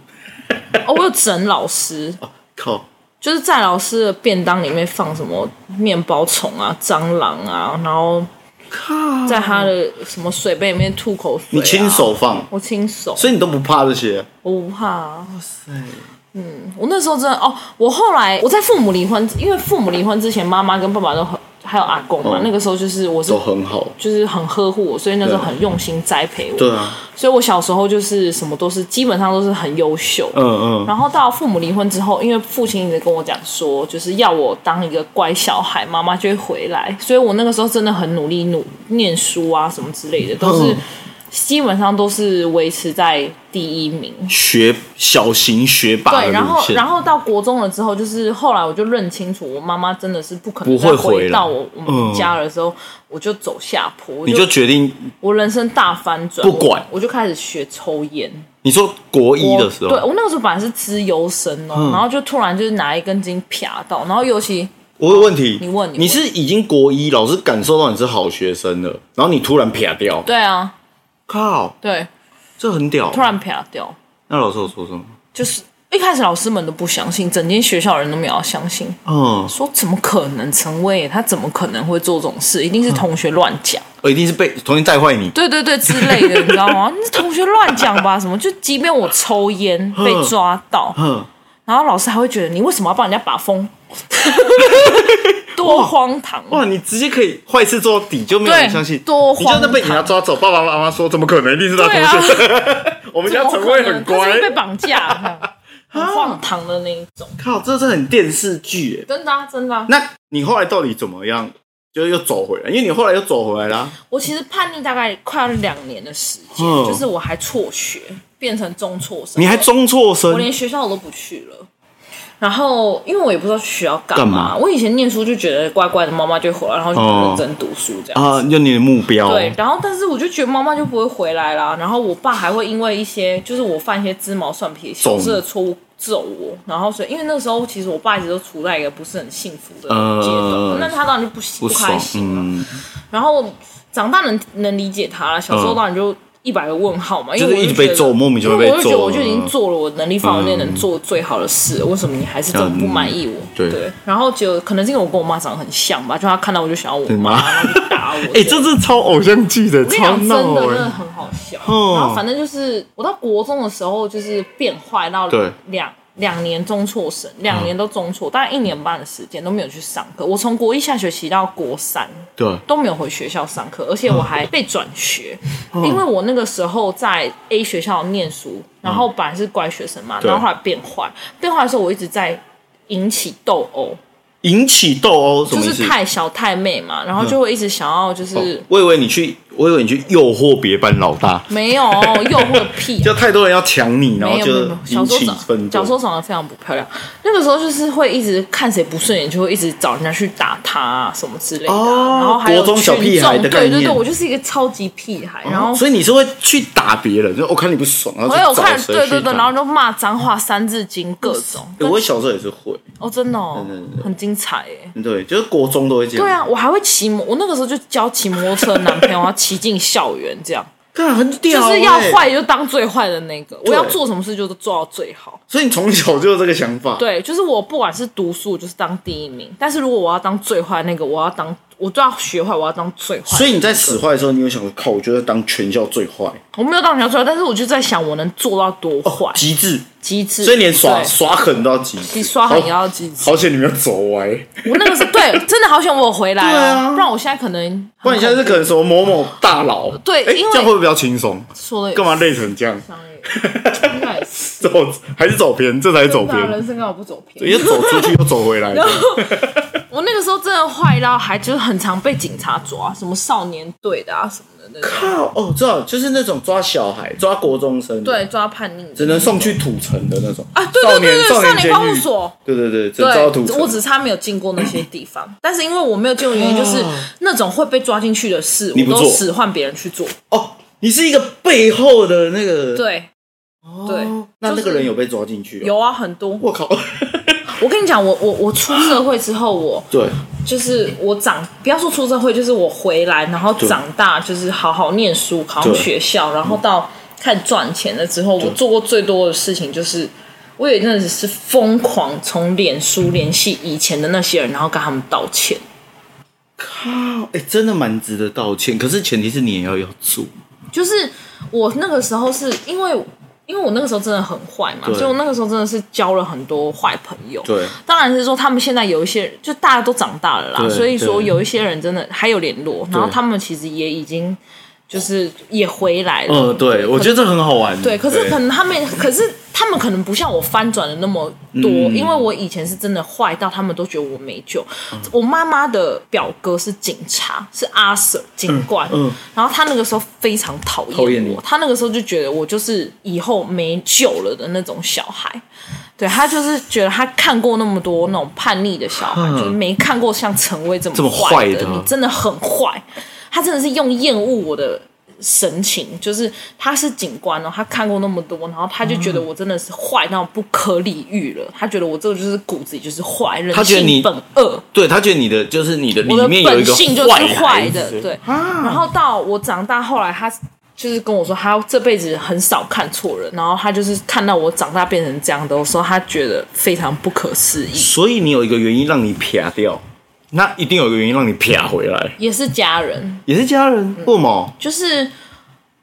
哦
哦，我有整老师，
靠，
就是在老师的便当里面放什么面包虫啊、蟑螂啊，然后在他的什么水杯里面吐口水、啊
你亲，手放，
我亲手，
所以你都不怕这些。
我不怕、啊。
哇塞，
我那时候真的哦，我后来我在父母离婚，因为父母离婚之前，妈妈跟爸爸都很，还有阿公嘛，
嗯
那个时候就是我是
都很好。
就是很呵护我，所以那时候
对
很用心栽培我。
对啊，
所以我小时候就是什么都是基本上都是很优秀。
嗯嗯，
然后到父母离婚之后，因为父亲一直跟我讲说，就是要我当一个乖小孩，妈妈就会回来。所以我那个时候真的很努力努念书啊，什么之类的，都是、
嗯
基本上都是维持在第一名。
学小型学霸的
对，然
路
后
线，
然后到国中了之后，就是后来我就认清楚，我妈妈真的是不可能
不会
再
回
回
来
到我我
嗯
们家的时候，我就走下坡，我
你就决定，
我人生大翻转，
不管
我我就开始学抽烟。
你说国一的时
我对
候，嗯
我那个时候本来是资优生哦、然后就突然就是拿一根筋撇到，然后尤其
我有问题，
你问你
你是已经国一，老师感受到你是好学生了，然后你突然撇掉，
对啊，
靠，
对，
这很屌。
突然撇掉，
那老师有说什么？
就是一开始老师们都不相信，整间学校人都没有相信，
嗯，
说怎么可能陈威他怎么可能会做这种事，一定是同学乱讲，
我哦一定是被同学带坏你。
对对对之类的，你知 道吗？那同学乱讲吧，什么就即便我抽烟被抓到，
嗯，
然后老师还会觉得你为什么要帮人家把 风，多荒唐
哇，你直接可以坏事做到底，就没有人相信。
对多
你就算被
荒唐
你要抓走，爸爸妈妈说怎么可能？一定是他
对啊
同学。我们家陈慧很
怎么可能他
乖
是
啊
被。 绑架，很荒唐的那一种。
靠，这是很电视剧耶。
真的、啊，真的、啊。
那你后来到底怎么样？就又走回来，因为你后来又走回来啦。
我其实叛逆大概快要两年的时间，
嗯
就是我还辍学，变成中辍生。
你还中辍
我连
生，
学校我都不去了。然后，因为我也不知道去学校干嘛。
干嘛
我以前念书就觉得乖乖的，妈妈就会回来，然后就
哦
认真读书这样。
啊，就你的目标。
对，然后但是我就觉得妈妈就不会回来啦。然后我爸还会因为一些就是我犯一些鸡毛蒜皮小事的错误揍我。然后所以因为那时候其实我爸一直都处在一个不是很幸福的阶
呃
段，那、他当然就不
不
不
爽
开，心了。
嗯，
然后长大能能理解他了，小时
嗯
候当然就一百个问号嘛，因
就是
为我
一直
觉得
被揍莫名其妙
因为
被
我就觉得
揍嗯
我就已经做了我能力范围内能做最好的事，为什么你还是这么不满意我？
嗯对
然后就可能是因为我跟我妈长得很像吧，就她看到我就想要我
你妈
妈，然后就打我。
哎，这是超偶像剧的，
我跟你
超
讲，真
闹
的真的
哎。
很好笑。
嗯
然后反正就是我到国中的时候，就是变坏到
对嗯
两两年中辍生，两年都中辍，大概一年半的时间都没有去上课。我从国一下学期到国三
对，
都没有回学校上课，而且
嗯
我还被转学，因为我那个时候在 A 学校念书，然后本来是乖学生嘛，
嗯对
然后后来变坏，变坏的时候我一直在引起斗殴，
引起斗殴什
就
么意思嗯
是？太小太妹嘛，然后就会一直想要就是。
哦我以为你去，我以为你去诱惑别班老大，
没有诱惑个屁啊、
就太多人要抢你，然后
没有没有
就
没有，小
引
时候
起
长
纷
小时候
争。
长得非常不漂亮，那个时候就是会一直看谁不顺眼，就会一直找人家去打他啊什么之类的啊、
哦
然后还有
国中小屁孩的
群众
概念哦
对对对，我就是一个超级屁孩，然后。
所以你是会去打别人，就我看你不爽，然后
我
就
有
找
看，
谁
对
去
对对，
打
然后就骂脏话、三字经各种，
欸我小时候也是会，
哦，真的哦
对对对，
很精彩哎。
对，就是国中都会这样。
对，啊，我还会骑摩，我那个时候就教骑摩托车的男朋友，要骑进校园 这样，
干很屌、
就
欸，
是要。坏就当最坏的那个，我要做什么事就是做到最好。
所以你从小就有这个想法。，
对，就是我不管是读书，我就是当第一名。但是如果我要当最坏那个，我要当我就要学坏，我要当最坏。
所以你在使坏的时候，你有想过，靠，我就要当全校最坏，
我没有当人家最坏，但是我就在想我能做到多坏，
极致。
极致。
哦所以连耍哦
对
耍狠都要极
你
致，
刷很也
好
要极致。
好险你没有走歪，
我那个是 对，真的好想我有回来
对
哦、
啊
不然我现在可能
不然你现在是可能什么某某大佬。
对
哎
因为
这样会不会比较轻松？
说的
干嘛累成这样？
商业，应该也是
走 还是走偏，这才是走
对啊
偏。
人生刚好不走偏。
又走出去又走回来，
我那个时候真的坏到还就是很常被警察抓，什么少年队的啊什么的那种，
靠哦，知道，就是那种抓小孩、抓国中生，
对，，抓叛逆的
只能送去土城的那种
啊，对对对对，
少
少
年
年
监
保护
狱，
所。
对对对，只招土
对，
城，
我只差没有进过那些 地方，但是因为我没有进过，原因就是那种会被抓进去的事，
啊你不
我都
做
使唤别人去做。
哦，你是一个背后的那个，
对，
哦
对
那那
就
个
是
人有被抓进去、哦？
有，啊，很多。
我 靠，
我跟你讲，我我我出社会之后，我
对，
就是我长，不要说出社会，就是我回来，然后长大，就是好好念书，考上
对
学校，然后到开始赚钱了之后，我做过最多的事情就是，我也真的是疯狂从脸书联系以前的那些人，然后跟他们道歉。
靠，哎、真的蛮值得道歉，可是前提是你也要要做，
就是我那个时候是因为，因为我那个时候真的很坏嘛，
对
所以我那个时候真的是交了很多坏朋友。
对，
当然是说他们现在有一些，就大家都长大了啦，
对
所以说
对
有一些人真的还有联络，然后他们其实也已经就是也回来了。
呃，对，我觉得这很好玩，
对，可是可能他们，可是他们可能不像我翻转的那么多，
嗯
因为我以前是真的坏到他们都觉得我没救。我妈妈的表哥是警察，是阿 Sir 警官，
嗯嗯
然后他那个时候非常讨厌
讨厌
我
你，
他那个时候就觉得我就是以后没救了的那种小孩。对他就是觉得他看过那么多那种叛逆的小孩，
嗯
就是没看过像陈威这么
这么
坏
坏的
你真的很坏。他真的是用厌恶我的神情，就是他是警官哦，他看过那么多，然后他就觉得我真的是坏到不可理喻了。他觉得我这个就是骨子里就是坏，人
他觉得
性
你
本恶，
对他觉得你的就是你的里
我的
面有一
本
个
性就是坏啊的
孩，子，
对。然后到我长大后来，他就是跟我说，他这辈子很少看错人，然后他就是看到我长大变成这样的时候，他觉得非常不可思议。
所以你有一个原因让你撇掉，那一定有一个原因让你撇回来，
也是家人，
也是家人，不嘛、
就是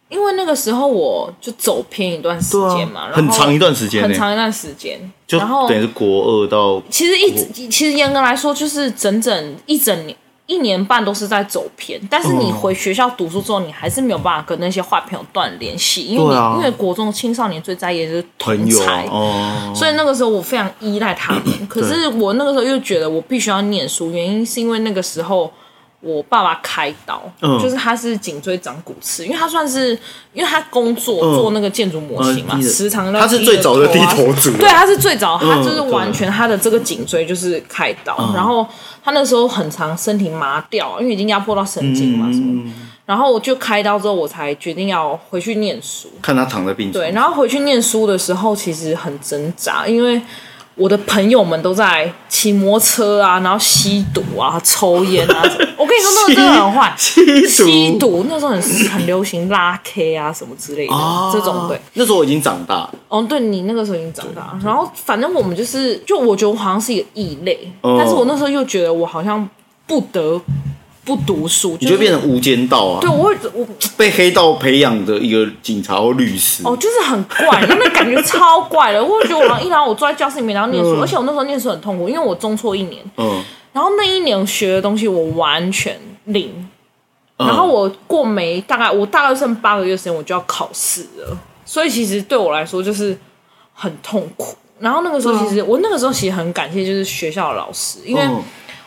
因为那个时候我就走偏一段时
对
间
啊
嘛，然后
很长一段时间呢、
很长一段时间，
就
然后
等于是国二到
其实一直其实严格来说，就是整整一整年一年半都是在走偏。但是你
嗯
回学校读书之后，你还是没有办法跟那些坏朋友断联系，因为你、
对啊
因为国中青少年最在意的就是
朋
同
友
才。
哦，
所以那个时候我非常依 赖他们，可是我那个时候又觉得我必须要念书，原因是因为那个时候我爸爸开刀，
嗯
就是他是颈椎长骨刺，因为他算是因为他工作、
嗯
做那个建筑模型嘛，
呃地
时常
他是最早的
低
低头族
啊对，他是最早，他
嗯
就是完全他的这个颈椎就是开刀，然后他那时候很长身体麻掉，因为已经压迫到神经嘛什么的，
嗯
然后我就开刀之后我才决定要回去念书，
看他躺在病
对，
床，
然后回去念书的时候，其实很挣扎，因为我的朋友们都在骑摩托车啊，然后吸毒啊、抽烟 啊。什么我跟你说，那个真的很坏，
吸毒
吸毒那时候很很流行拉 K 啊什么之类的、
哦
这种对。，
那时候我已经长大了，
哦，对你那个时候已经长大了，然后反正我们就是，就我觉得我好像是一个异类，
哦
但是我那时候又觉得我好像不得不读书，
你
就
就是变成无间道啊，
对我会我
被黑道培养的一个警察或律师，
哦，就是很怪，那个感觉超怪的。 我会觉得我好像一来我坐在教室里面，然后念书，
嗯
而且我那时候念书很痛苦，因为我中错一年，
嗯，
然后那一年学的东西我完全零，
嗯
然后我过没大概我大概剩八个月时间我就要考试了，所以其实对我来说就是很痛苦。然后那个时候其实、我那个时候其实很感谢就是学校的老师，因为。
嗯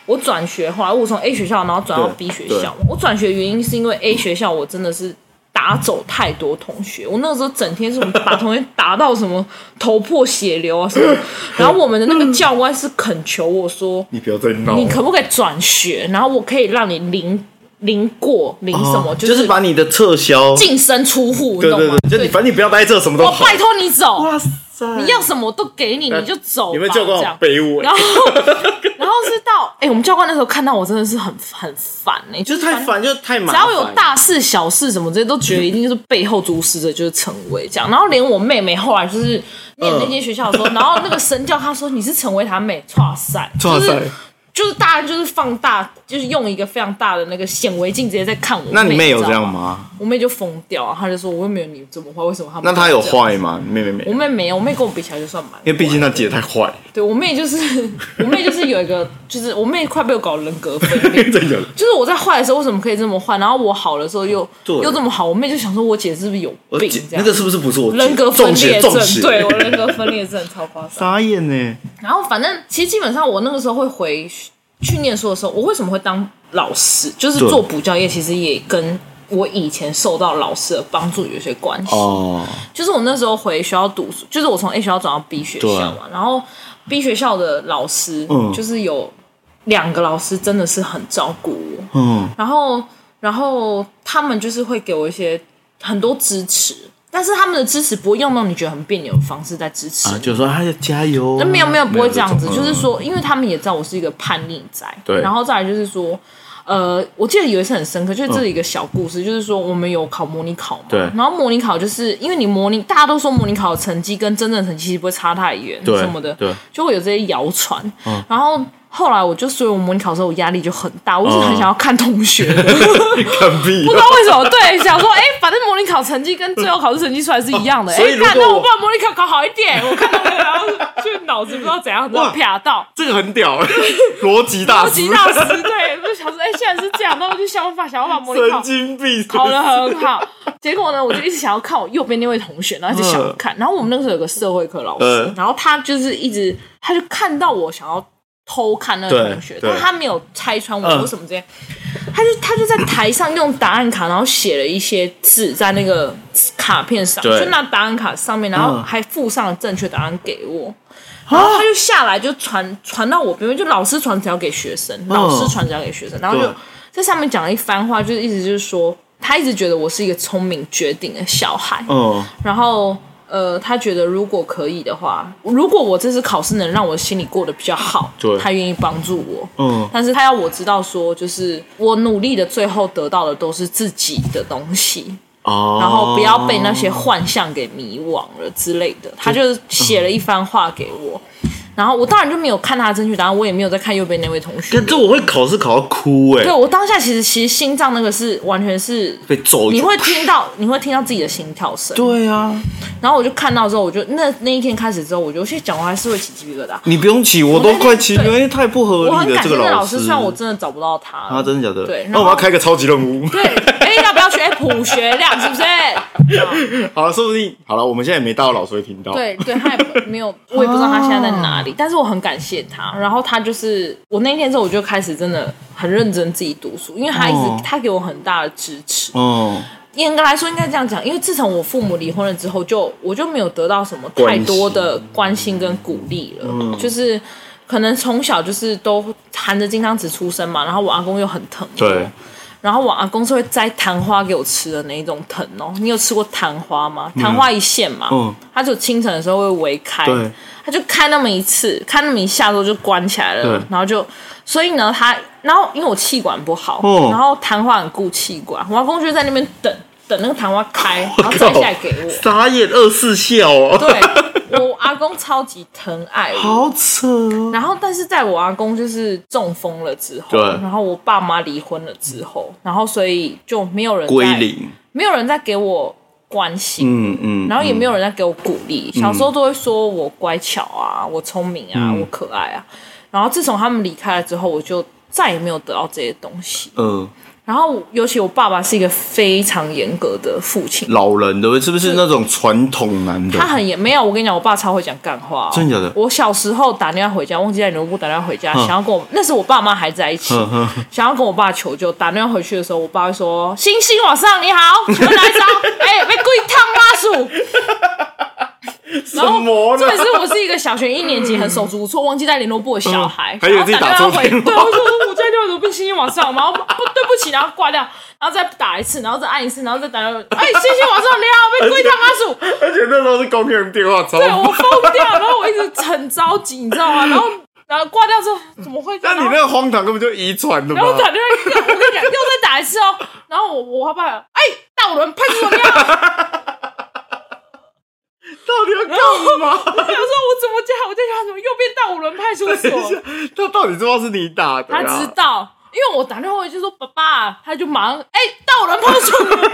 我转学，后来我从 A 学校，然后转到 B
对
学校。我转学原因是因为 A 学校我真的是打走太多同学，我那个时候整 天是我们把同学打到什么头破血流啊 什么的。然后我们的那个教官是恳求我说，
你不要再闹了，
你可不可以转学？然后我可以让你零零过零什么，
哦
就是
把你的撤销，
净身出户，你
对
懂
对
吗？
对，就你反正你不要待这，什么都
我
好。
哦拜托你走，
哇塞，
你要什么我都给你，你就走
哎
吧。
你们教官好
这样
卑微
然，后，然后是到哎、我们教官那时候看到我真的是很很烦哎、
就是太烦，就是太麻
只
烦。
要有大事小事什么这些，都觉得一定是背后主使者就是陈伟这样。然后连我妹妹后来就是念那间学校的
嗯
时候，然后那个神教她说你是陈伟她妹，哇塞，
哇
就
塞
是就是大家就是放大，就是用一个非常大的那个显微镜直接在看我。
那你妹有这样
吗？
吗？
我妹就疯掉啊，她就说我又没有你这么坏，为什么她？
那她有？坏吗？妹妹没
我，妹没有，我妹跟我比起来就算蛮
因为毕竟她姐太坏，
对我妹就是我妹就是有一个，就是我妹快被我搞人格分 裂。
真的。
就是我在坏的时候为什么可以这么坏，然后我好的时候又
哦对
又这么好，我妹就想说我姐是不是有
我
病
姐
这
那
样。
个是不是不是我姐
人格分
中
裂
邪
症
中，邪
对我人格分裂症超夸 张。
傻眼呢。
然后反正其实基本上我那个时候会回去念书的时候，我为什么会当老师？就是
对
做补教业，其实也跟我以前受到老师的帮助有些关系。
哦，
就是我那时候回学校读书，就是我从 A 学校转到 B 学校嘛，然后 B 学校的老师，
嗯
就是有两个老师真的是很照顾我，
嗯，
然后然后他们就是会给我一些很多支持，但是他们的支持不会用到你觉得很别扭的方式在支持
啊，
你。
就说哎呀加油啊，
没有没有不会这样子，
种嗯
就是，说，因为他们也知道我是一个叛逆仔，
对
然后再来就是说，呃，我记得有一次很深刻，就是这是一个小故事，就是说我们有考模拟考嘛，
嗯对
然后模拟考就是因为你模拟，大家都说模拟考的成绩跟真正的成绩其实不会差太远，
对
什么的，
对，嗯
就会有这些谣传，然后。后来我就，所以我模拟考的时候，我压力就很大，我一直很想要看同学的，
嗯 看屁
不知
啊
道为什么，对，想说，哎、反正模拟考成绩跟最后考试成绩出来是一样的，哎、
哦所以如
看
果
那
我
我把模拟考考好一点，我看到没有，然后就脑子不知道怎样，然后啪到。
这个很屌， 逻辑大
超
师
级，大师，对，我就想说，哎、现在是这样，那我就想法想要把模拟考
神经病，
考得很好。 结果呢，我就一直想要看我右边那位同学，然后一直想要看。然后我们那个时候有个社会课老师，
嗯
然后他就是一直，他就看到我想要偷看那个
对
同学，
对
但他没有拆穿我
嗯
或什么之类，他就他就在台上用答案卡，然后写了一些字在那个卡片上，
对
就那答案卡上面，然后
嗯啊
还附上了正确答案给我。然后他就下来就传传到我边边，就老师传条给学生，
嗯
老师传条给学生，然后就
对
在上面讲了一番话，就是意思就是说，他一直觉得我是一个聪明绝顶的小孩，
嗯，
然后呃，他觉得如果可以的话，如果我这次考试能让我心里过得比较好，
对
他愿意帮助我，
嗯
但是他要我知道说，就是我努力的最后得到的都是自己的东西，
哦，
然后不要被那些幻象给迷惘了之类的。他就写了
嗯
一番话给我，然后我当然就没有看他的正确答案，我也没有在看右边那位同学
干。这我会考试考到哭哎
对，我当下其实其实心脏那个是完全是。
被揍一
你
脚，
会听到，你会听到自己的心跳声。
对啊，
然后我就看到之后，我就那那一天开始之后，我就现在讲话还是会起鸡皮疙瘩。
你不用起，我
那
都
天
快起了，
对
因为太不合
我很
理了。
感
这
谢
个
那
老
老师，虽然我真的找不到他了
啊，真的假的？
对然
那
后
我们要开个超级任务。
对，哎，要不要学普学亮？是 不是？
好了，说不定好了，我们现在也没到，老师会听到。，
对对，他也不没有，我也不知道他现在在哪
啊
里，但是我很感谢他。然后他就是我那天之后，我就开始真的很认真自己读书，因为他一直、
哦
他给我很大的支持。
哦，
严格来说，应该这样讲，因为自从我父母离婚了之后，就我就没有得到什么
关
太
心
多的关心跟鼓励了，
嗯
就是。可能从小就是都含着金汤匙出生嘛，然后我阿公又很疼我，
对，
然后我阿公是会摘昙花给我吃的那一种藤哦。你有吃过昙花吗？昙花一现嘛，
嗯
它就清晨的时候会围开
对，
它就开那么一次，开那么一下之后就关起来了
对，
然后就，所以呢，它，然后因为我气管不好，
哦
然后昙花很顾气管，我阿公就在那边等等那个昙花 开，然后摘下来给我。
傻眼二四笑哦，
对我阿公超级疼爱我，
好扯哦。
然后，但是在我阿公就是中风了之后，
对
然后我爸妈离婚了之后，然后所以就没有人在
归，零，
没有人在给我关心，
嗯嗯，
然后也没有人在给我鼓励。小时候都会说我乖巧啊，我聪明啊，
嗯
我可爱啊。然后自从他们离开了之后，我就再也没有得到这些东西。
嗯，
然后，尤其我爸爸是一个非常严格的父亲，
老人的是不是那种传统男的
他？很严，没有。我跟你讲，我爸超会讲干话、哦，
真的假的
我小时候打电话回家，忘记在牛部打电话回家，
嗯
想要跟我，那时我爸妈还在一起
嗯嗯，
想要跟我爸求救。打电话回去的时候，我爸会说：“星星晚上你好，请问哪 一招？哎、被故意烫妈薯。”
什么呢
重？点是我是一个小学一年级很手足无措，忘记带联络部的小孩，
嗯还以为
然后
自己
打
打
电
错
话回，
电话
对，我说我家电话怎么被星星往上，然后不对不起，然后挂掉，然后再打一次，然后再按一次，然后再打电话，哎、星星往上你好，被故意烫妈薯。
而且那时候是公用电话，超
对 我疯掉，然后我一直很着急，你知道吗？然后然后挂掉之后怎么会这
那
样？
你那个荒唐根本就遗传的嘛
然后然后。打电话又，我跟你讲，又再打一次哦。然后我我爸爸，哎，到人派出所你好。
到底要干
我
嘛？
想说，我怎么家？我在想怎么又变到五轮派出
等一
所
下？他到底知不知道是你打的
他
啊？
知道，因为我打电话回去说爸爸，他就马上哎、到人派出所。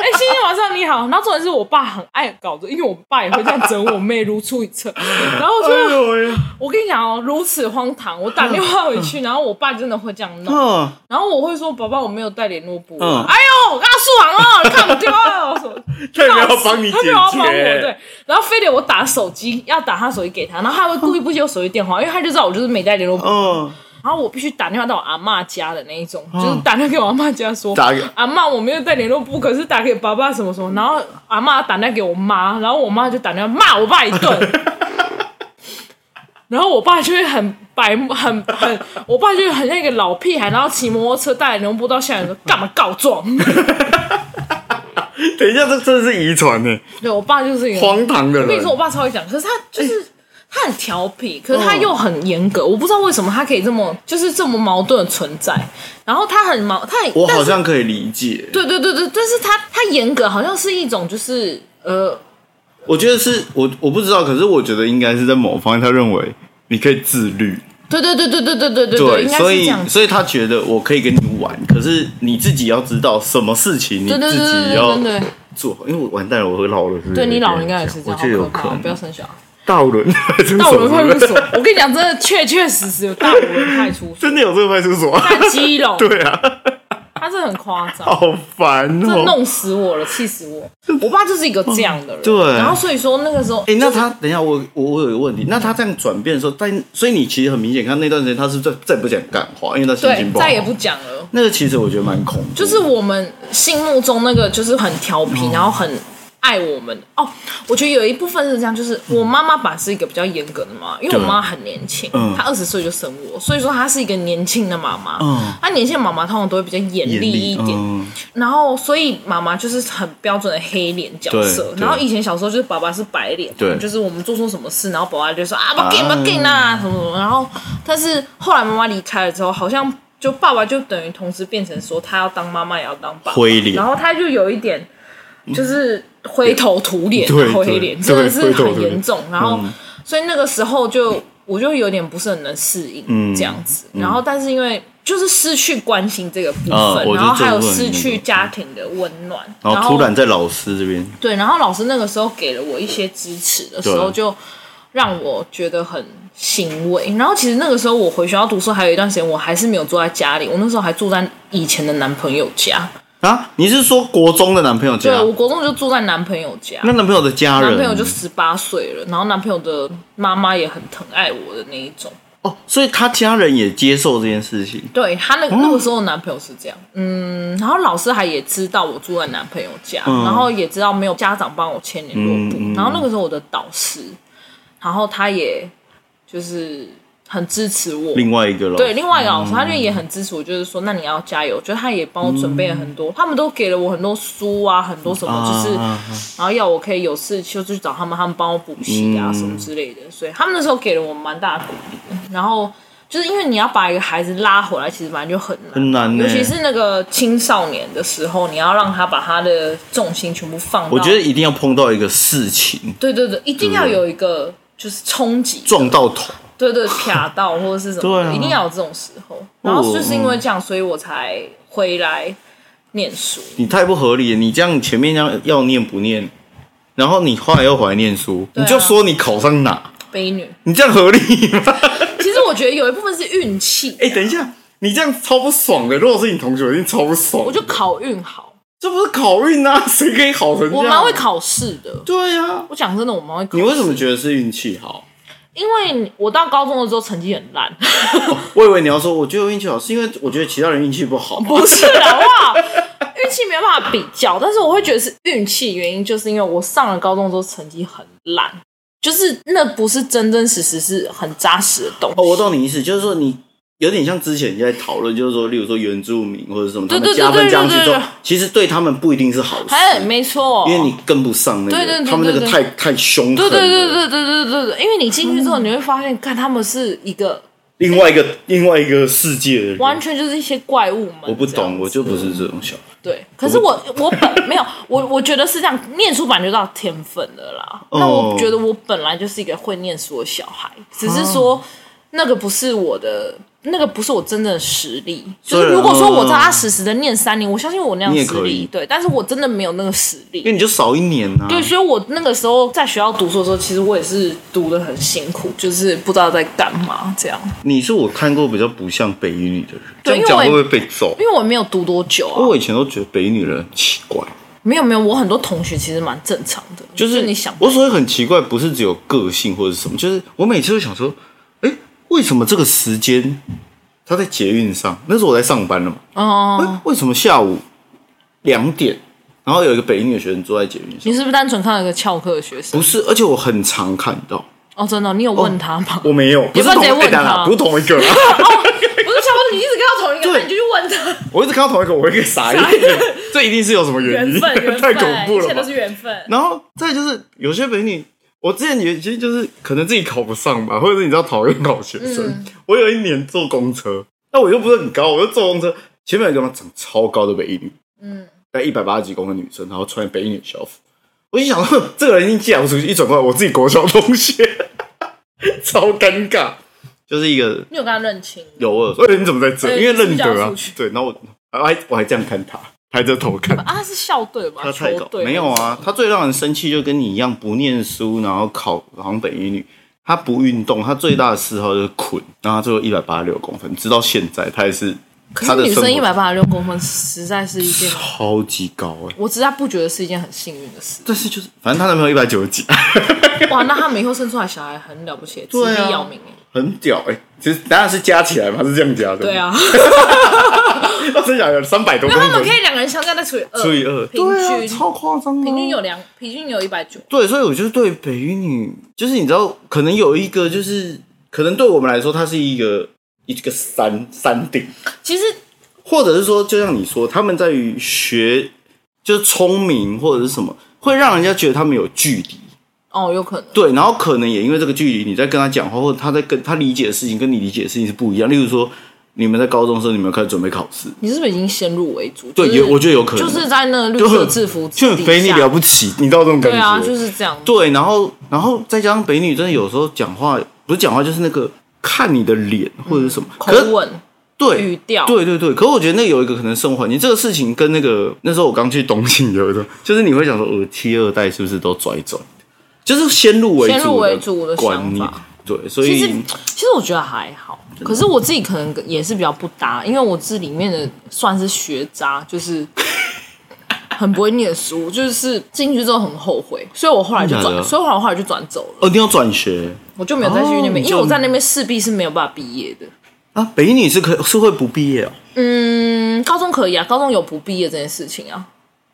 哎、星星晚上你好。然后重点是我爸很爱搞这，因为我爸也会这样整我妹，如出一 辙。然后我
哎
就、
呦喂！
我跟你讲哦，如此荒唐，我打电话回去，然后我爸真的会这样弄。
嗯，
然后我会说：“爸爸，我没有带联络簿
嗯
啊。哎呦，我刚输完了，你看不丢啊！我说
他也没有帮你
他
解
没有要帮我，
决，
对。然后非得我打手机，要打他手机给他，然后他还会故意不接我手机电话，因为他就知道我就是没带联络簿。
嗯，
然后我必须打电话到我阿嬷家的那一种，就是打电话给我阿嬷家说，
哦打给
阿嬷我没有带联络簿，可是打给爸爸什么什么，然后阿嬷打电话给我妈，然后我妈就打电话骂我爸一顿。 然后我爸就会很白目，很很，我爸就会很像一个老屁孩，然后骑摩托车带着牛步到现在说干嘛告状？
等一下，这真的是遗传呢，
对我爸就是一个
荒唐的
我跟你说，我
人。
爸超会讲，可是他
哎
就是、他很调皮，可是
哦
他又很严格，我不知道为什么他可以这么就是这么矛盾的存在。然后他很矛，他也
我
但
好
是
像可以理解，
对对对对，但是他他严格好像是一种就是呃，
我觉得是我我不知道，可是我觉得应该是在某方面，他认为你可以自律，
对对对对对对对对对，应该
所
是这
以
样子。
所以他觉得我可以跟你玩，可是你自己要知道什么事情你
对对
自
对对
己
对
要
对对，
做好，因为我完蛋了，我老了，是不是
对你老人应该也是这
我
样，好
觉得有
可怕，不要
能
生小孩。
大轮
大轮派出所，我跟你讲，真的确确实实有大轮派出 所，
真的有这个派出所啊？
在基隆，
对哦啊，
他是很夸张。
好烦
这
哦。
弄死我了，气死我！我爸就是一个这样的人，
对
然后所以说那个时候，
哎、那他等一下，我我我有一个问题，那他这样转变的时候，但所以你其实很明显看那段时间，他是再再也不讲干话，因为他心
对
情，不好。
再也不讲了。
那个其实我觉得蛮恐怖，
就是我们心目中那个就是很调
嗯
皮，然后很爱我们哦。我觉得有一部分是这样，就是我妈妈吧是一个比较严格的妈妈，因为我妈很年轻，
嗯
她二十岁就生我，所以说她是一个年轻的妈妈。
嗯
她年轻的妈妈通常都会比较严
严
厉一点，
嗯
然后，所以妈妈就是很标准的黑脸角色。
对
然后以前小时候就是爸爸是白脸，
对
就是我们做错什么事，然后爸爸就说啊不给不给啦什么什么。然后，但是后来妈妈离开了之后，好像就爸爸就等于同时变成说他要当妈妈也要当爸爸，
灰脸
然后他就有一点就是灰头土脸，
嗯对
灰
对
脸
对
真的是
灰头
很
土脸嗯
严重。然后，所以那个时候就我就有点不是很能适应
嗯
这样子。然后，但是因为就是失去关心这个部
啊
分，
我觉
然
得
后还
这
有
部分
失
很
去
那个
家庭的温暖，
然后突然在老师这边，
对，然后老师那个时候给了我一些支持的时候，
对
就让我觉得很欣慰。然后其实那个时候我回学校读书还有一段时间，我还是没有住在家里，我那时候还住在以前的男朋友家。
啊，你是说国中的男朋友
对，
家？
我国中就住在男朋友家。
啊那男朋友的家人，
男朋友就十八岁了，然后男朋友的妈妈也很疼爱我的那一种。
哦，所以他家人也接受这件事情。
对他那
哦
那个时候的男朋友是这样，嗯，然后老师还也知道我住在男朋友家，
嗯
然后也知道没有家长帮我签联络簿，
嗯嗯
然后那个时候我的导师，然后他也就是很支持我。
另外一个老
对，另外一个老师，他就也很支持我，就是说，那你要加油。就他也帮我准备了很多，他们都给了我很多书啊，很多什么，就是，
嗯啊
然后要我可以有事就去找他们，他们帮我补习啊、什么之类的。所以他们那时候给了我蛮大的鼓励的。然后就是因为你要把一个孩子拉回来，其实本来就很难，
很难呢
尤其是那个青少年的时候，你要让他把他的重心全部放到，
我觉得一定要碰到一个事情
对对对，一定要有一个就是冲击，
撞到头，
对对，啪到或者是
嗯
什么
对
的，
啊
一定要有这种时候。然后就是因为这样，所以我才回来念书。
你太不合理了。你这样前面这样要念不念，然后你后来又怀念书，
对啊
你就说你考上哪，
悲女，
你这样合理吗？
其实我觉得有一部分是运气，
哎、等一下，你这样超不爽的。如果是你同学，我一定超不爽。
我就考运好，
这不是考运啊，谁可以考成这样？
我蛮会。考试的。
对啊，
我讲真的，我蛮会考试。
你为什么觉得是运气好？
因为我到高中的时候成绩很烂，
我以为你要说，我觉得我运气好，是因为我觉得其他人运气不好。
不是的，好不好？运气没有办法比较，但是我会觉得是运气原因，就是因为我上了高中之后成绩很烂，就是那不是真真实实是很扎实的东西。
哦，我懂你意思，就是说你有点像之前你在讨论，就是说，例如说原住民或者什么，
对
他
对
们加分加上去之
对对对
后
对，
其实对他们不一定是好事，
哎，没错，
因为你跟不上那
对对
个，
对
他们那个
对对
太太凶狠了，
对对对对对对对对，因为你进去
嗯
之后，你会发现，看他们是一个
另外一个另外一个世界的
完
人，
全就是一些怪物们。
我不
这样
懂，
子
我就不是这种小孩。
对。可是我我本没有我，我觉得是这样，念书本来就到天分的啦。
哦
那我觉得我本来就是一个会念书的小孩，只是
哦
说那个不是我的。那个不是我真正的实力，就
虽
是
然
如果说我扎扎实实的念三年，我相信我那样
哦你也
实
可以
力，对，但是我真的没有那个实力，
因为你就少一年啊呐、
对，所以我那个时候在学校读书的时候，其实我也是读的很辛苦，就是不知道在干嘛这样，
你是我看过比较不像北语女的人，这
对
样讲会
因
不
为
会被揍？
因为我没有读多久
因为
啊。
我以前都觉得北语女人很奇怪，
没有没有，我很多同学其实蛮正常的，
就是
你想，
我所谓很奇怪，不是只有个性或者什么，就是我每次都想说，哎、为什么这个时间他在捷运上，那时候我在上班了嘛，
哦、
哎为什么下午两点，然后有一个北英的学生坐在捷运上？
你是不是单纯看到一个翘课的学生？
不是，而且我很常看到，
哦，真的哦，你有问他吗？
我没有，不是
你不要
同
直接
哎
问
当然
他哦
不是同一个啦，
我就想问你一直跟他同一个，那
对
你就去问他。
我一直看到同一个，我会傻眼， 这一定是有什么原因，
缘分，缘
太
分，
恐怖
一
了
切
吧
都？是缘分。
然后再就是有些北女，我之前也其实就是可能自己考不上吧，或者是你知道讨厌考学生。
嗯
我有一年坐公车，那我又不是很高，我就坐公车，前面有一个长超高的北一女，
嗯，
大概一百八十几公分的女生，然后穿北一女的校服，我就想说这个人已经嫁不出去，一转过来我自己国小同学， 超尴尬，就是一个
你有跟他认亲？
有我有说，哎、你怎么在这？
对
因为认
你是不是
得
要
啊
出去，
对，然后我我还我还这样看他，抬着头看。
啊，他是校队吧？
他太
球
高，
队
没有？啊，他最让人生气就跟你一样不念书，然后考好像北一女，他不运动，他最大的嗜好就是捆，然后他最后一百八十六公分，直到现在他也是
可
他
是
的
女
生活
生一百八十六公分，实在是一件，
超级高哎、
我实在不觉得是一件很幸运
。
的事
但是就是反正她男朋友一百九十几，
哇，那他们以后生出来小孩很了不起，子
对啊
必要命哎。
很屌哎、其实当然是加起来嘛，是这样加的，
对，啊，
他生小孩有三百多
那
公
他们
分
可，以两个人相加再除以二，
除以二，
平均
对啊，超夸张、啊，
平均有两，平均有一百九。
对，所以我就是对北一女，就是你知道，可能有一个就是，可能对我们来说，它是一个一个山山顶，
其实
或者是说，就像你说，他们在于学，就是聪明或者是什么，会让人家觉得他们有距离。
哦，有可能。
对，然后可能也因为这个距离，你在跟他讲话，或者他在跟他理解的事情跟你理解的事情是不一样。例如说，你们在高中的时候，你们要开始准备考试，
你是不是已经先入为主？
对，
就是
有我觉得有可能，
就是在那个绿
就
色
很
制服
就很肥，
底
你
下
了不起，你到这种感觉，
对啊，就是这样。
对，然后然后再加上北女真的有时候讲话不是讲话，就是那个看你的脸或者是什么、
嗯口
可是
吻、
对
语调，
对对对，可我觉得那有一个可能生活环境，这个事情跟那个那时候我刚去东信有一种，就是你会想说，呃，七二代是不是都拽拽的？就是先入为主
先入为主的
观
想
念
法，
对，所
其实
以
其实我觉得还好，可是我自己可能也是比较不搭，因为我是里面的算是学渣，就是 很不会念书，就是进去之后很后悔，所以我后来就
真的假
转，
的
所以我后来就转走了，
哦，你要转学
我就没有再去那边，
哦
因为我在那边势必是没有办法毕业的。
啊？北女是可是会不毕业哦？
嗯，高中可以啊，高中有不毕业这件事情啊，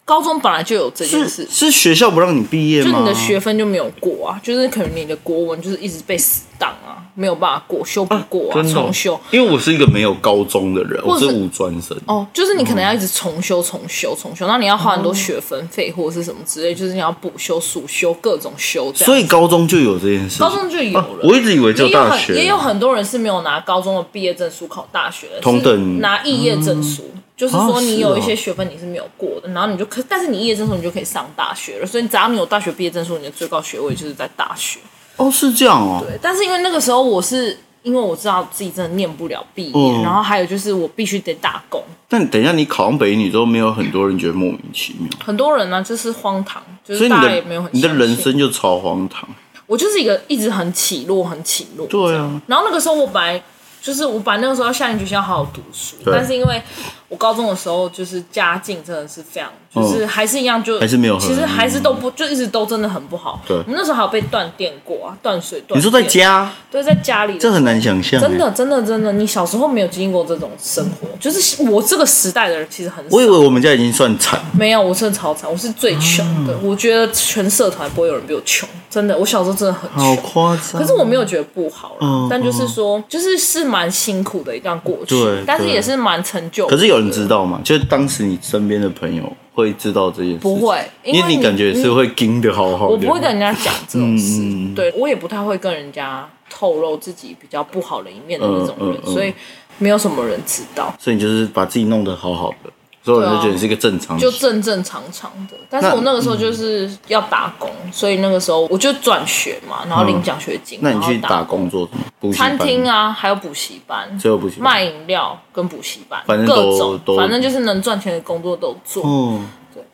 高中本来就有这件
是
事。
是学校不让你毕业
就
吗？
你的学分就没有过啊，就是可能你的国文就是一直被死档啊，没有办法过，修不过啊，
真的哦
重修。，
因为我是一个没有高中的人，我
或者
是
是
五专生。
哦，就是你可能要一直重修、重修、重修，那你要花很多学分费或者是什么之类，就是你要补修、暑修各种修这样。
所以高中就有这件事情，
高中就有了
啊我一直以为
也
叫
有
大
很
学，
也有很多人是没有拿高中的毕业证书考大学的，
同等
是拿肄业证书，就是
啊
说
是
你
哦
有一些学分你是没有过的，然后你就可，但是你肄业证书你就可以上大学了，所以只要你有大学毕业证书，你的最高学位就是在大学。
哦，是这样哦，
对，但是因为那个时候我是因为我知道自己真的念不了毕业，
嗯
然后还有就是我必须得打工，
但等一下你考上北女之后，没有很多人觉得莫名其妙，
很多人呢、就是荒唐，就
所
是
以你
大家也没有
的
很
你的
相
人
信
生就超荒唐。
我就是一个一直很起落，很起落。
对啊，
然后那个时候我本来就是我本来那个时候要下定决心要好好读书，
对
但是因为我高中的时候就是家境真的是非常，就是还是一样就
嗯还是没有很嗯
其实还是都不就一直都真的很不好。
对
我们那时候还有被断电过啊，断水断电。
你说在家，
对，在家里的
这很难想象、欸，
真的，真的，真的，你小时候没有经历过这种生活，就是我这个时代的人其实很少
我以。为我们家已经算惨了，
没有，我真的超惨，我是最穷
啊
的。我觉得全社团不会有人比我穷，真的。我小时候真的很
好
穷，
夸张。
可是我没有觉得不好啦，
嗯
但就是说，就是是蛮辛苦的一段过去
对，
但是
对
也是蛮成就。
可是有人知。道吗？就是当时你身边的朋友会知道这件事，
不会因为
因为你
你嗯
感觉是会盯的好好的。
我不会跟人家讲这种事，
嗯嗯嗯
对我也不太会跟人家透露自己比较不好的一面的那种人，
嗯嗯嗯
所以没有什么人知道，
所以你就是把自己弄得好好的，所有人
对啊
都觉得你是一个正常
就
人。
正正常常的。但是
那嗯
我那个时候就是要打工，所以那个时候我就转学嘛，然后领奖学金。
嗯那你去
然后
打工做什么？补习
餐
班
厅啊，还有补习班，
最后补习班
卖饮料跟补习班，
反正都
各种
都，
反正就是能赚钱的工作都做。
哦，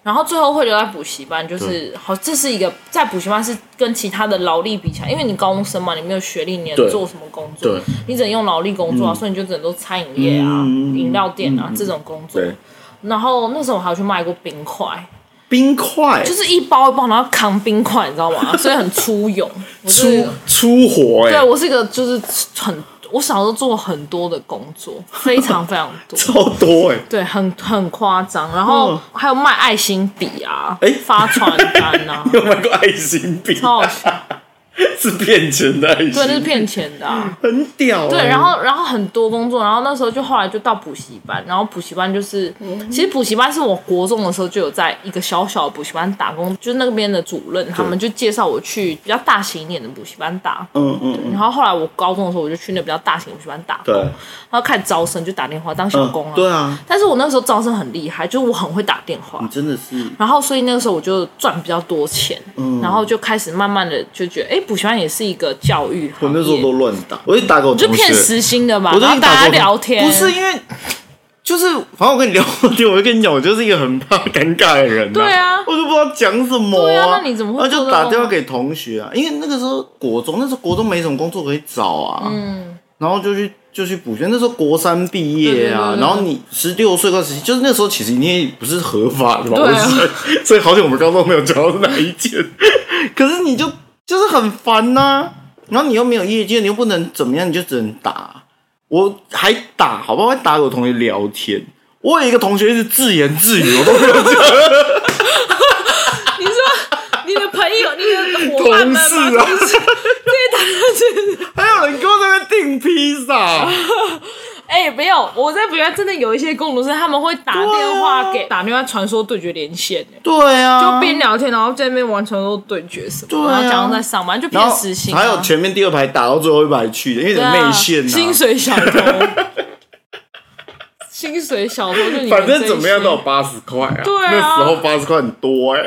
然后最后会留在补习班，就是好，这是一个在补习班是跟其他的劳力比起来，因为你高中生嘛，你没有学历，你能
对
做什么工作
对？
你只能用劳力工作啊，所以你就只能做餐饮业啊、
嗯
饮料店啊、这种工作。
对，
然后那时候我还有去卖过冰块，
冰块
就是一包一包，然后扛冰块，你知道吗？所以很粗勇，我是
出出火哎、，
对我是一个就是很我小时候做很多的工作，非常非常多
超多哎、
对，很很夸张。然后
哦
还有卖爱心笔啊，
哎，
发传单啊
有买过爱心笔，
超好笑。
是骗钱的爱心，
对，那是骗钱的、啊。
很屌、欸。
对，然后然后很多工作，然后那时候就后来就到补习班，然后补习班就是，
嗯
其实补习班是我国中的时候就有在一个小小的补习班打工，就是那边的主任他们就介绍我去比较大型一点的补习班打。
嗯嗯嗯，
然后后来我高中的时候我就去那比较大型的补习班打工，
对，
然后开始招生就打电话当小工啊、
嗯，对啊，嗯
但是我那时候招生很厉害，就是我很会打电话
你，真的是
然后所以那个时候我就赚比较多钱，
嗯
然后就开始慢慢的就觉得，哎，补习班也是一个教育
我
行业，
那时候都乱打，我就打给我
就
同学，
骗实心的吧，
我都
然
已经
后大
打
家
过
聊天，
不是因为。就是，反正我跟你聊过天，我就跟你讲，我就是一个很怕尴尬的人、
对啊
我就不知道讲什么、
对啊那你怎么会
然
做
后就
这种
打电话给同学啊，因为那个时候国中，那时候国中没什么工作可以找啊。嗯。然后就去就去补习，那时候国三毕业啊，
对对对对
然后你十六岁到十七，就是那时候其实你也不是合法的嘛，
对啊
我是所以好久我们高中没有找到是哪一间， 可是你就就是很烦呐、然后你又没有业绩，你又不能怎么样，你就只能打。我还打，好不好？还打给我同学聊天。我有一个同学一直自言自语，我都没有 讲。
你说你的朋友、你的伙伴
同
们
事
吗？
啊，
这些打
还有人给我在那边订披萨，
哎、没有，我在北边真的有一些工读生，他们会打
对啊
电话给、打电话传说对决连线、哎
对啊，
就边聊天，然后在那边玩传说对决什么，
对啊
然后假装在上班，就
然
骗
后
实心、啊。
还有前面第二排打到最后一排去的，因为
对
有
啊
内线
薪
啊。
水小偷， 薪水小偷就你们
反
这
正
一
怎么样
些
都有八十块啊，
对啊
那时候八十块很多哎、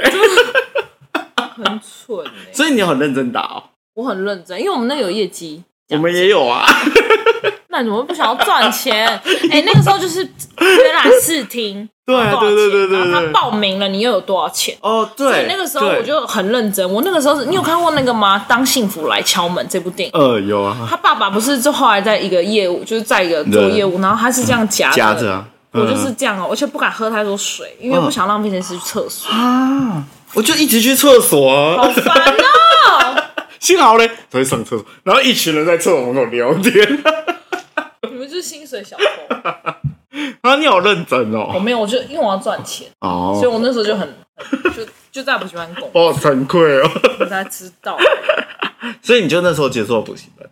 很蠢哎、
所以你很认真打哦。
我很认真，因为我们那有业绩。
我们也有啊，
那你怎么会不想要赚钱？ 哎、那个时候就是约啦试听，
对啊
多少
对
钱
对对对
然后他
对。
报名了，你又有多少钱？
哦，对，
那个时候
对
我就很认真。我那个时候是你有看过那个吗？《当幸福来敲门》这部电影，
呃有啊，
他爸爸不是就后来在一个业务，就是在一个做业务，然后他是这样夹的
夹着啊，
我就是
嗯
这样哦、而且不敢喝太多水，因为不想浪费时间去 厕所，
啊，我就一直去厕所
好
啊，
烦哦、
幸好嘞，才会上厕所，然后一群人在厕所门口聊天，
你们就是薪水小偷，
啊，你好认真
我
哦，
没有，我就因为我要赚钱，
哦
所以我那时候就很就就在补习班工作，
我好惭愧哦，
大家知道。
所以你就那时候接受补习班，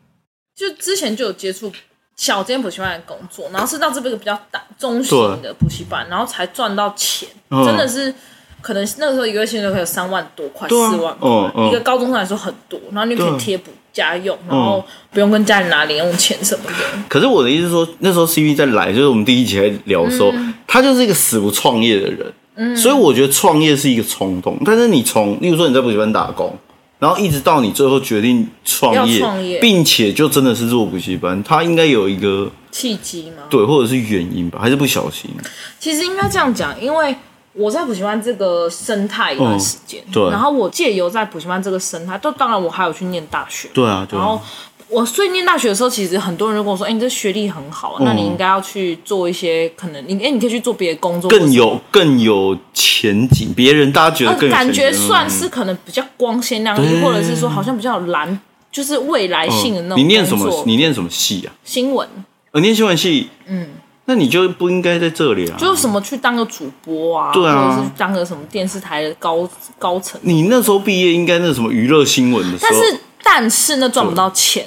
就之前就有接触小间补习班的工作，然后是到这边一个比较大中型的补习班，然后才赚到钱，
嗯
真的是可能那个时候一个月薪水可以有三万多块、
对啊
四万块，
嗯嗯
一个高中生来说很多，然后你可
对嗯
以贴补家用，然后不用跟家里拿零用钱什么的，
可是我的意思是说，那时候 CV 在来，就是我们第一集在聊的时候，
嗯
他就是一个死不创业的人。嗯，所以我觉得创业是一个冲动，但是你从，例如说你在补习班打工，然后一直到你最后决定创业，
要创业
并且就真的是做补习班，他应该有一个
契机嘛。
对，或者是原因吧，还是不小心？
其实应该这样讲，因为我在补习班这个生态一段时间、
嗯对
然后我借由在补习班这个生态，就当然我还有去念大学，
对啊，对
然后
啊，
我所以念大学的时候，其实很多人就跟我说：“哎、你这学历很好，啊那
嗯
你应该要去做一些可能你哎、你可以去做别的工作，
更有更有前景，别人大家觉
或
得
者
更
是呃
有前
感
景
觉
嗯
算是可能比较光鲜亮丽，
对哦
或者是说好像比较有蓝，就是未来性的那种工作。
你念什么？你念什么系啊？
新闻
呃，念新闻系，嗯，那你就不应该在这里啊。
就是什么去当个主播啊，
对啊
或者是当个什么电视台的高高层，
你那时候毕业应该那什么娱乐新闻的时候，
但是但是那赚不到钱，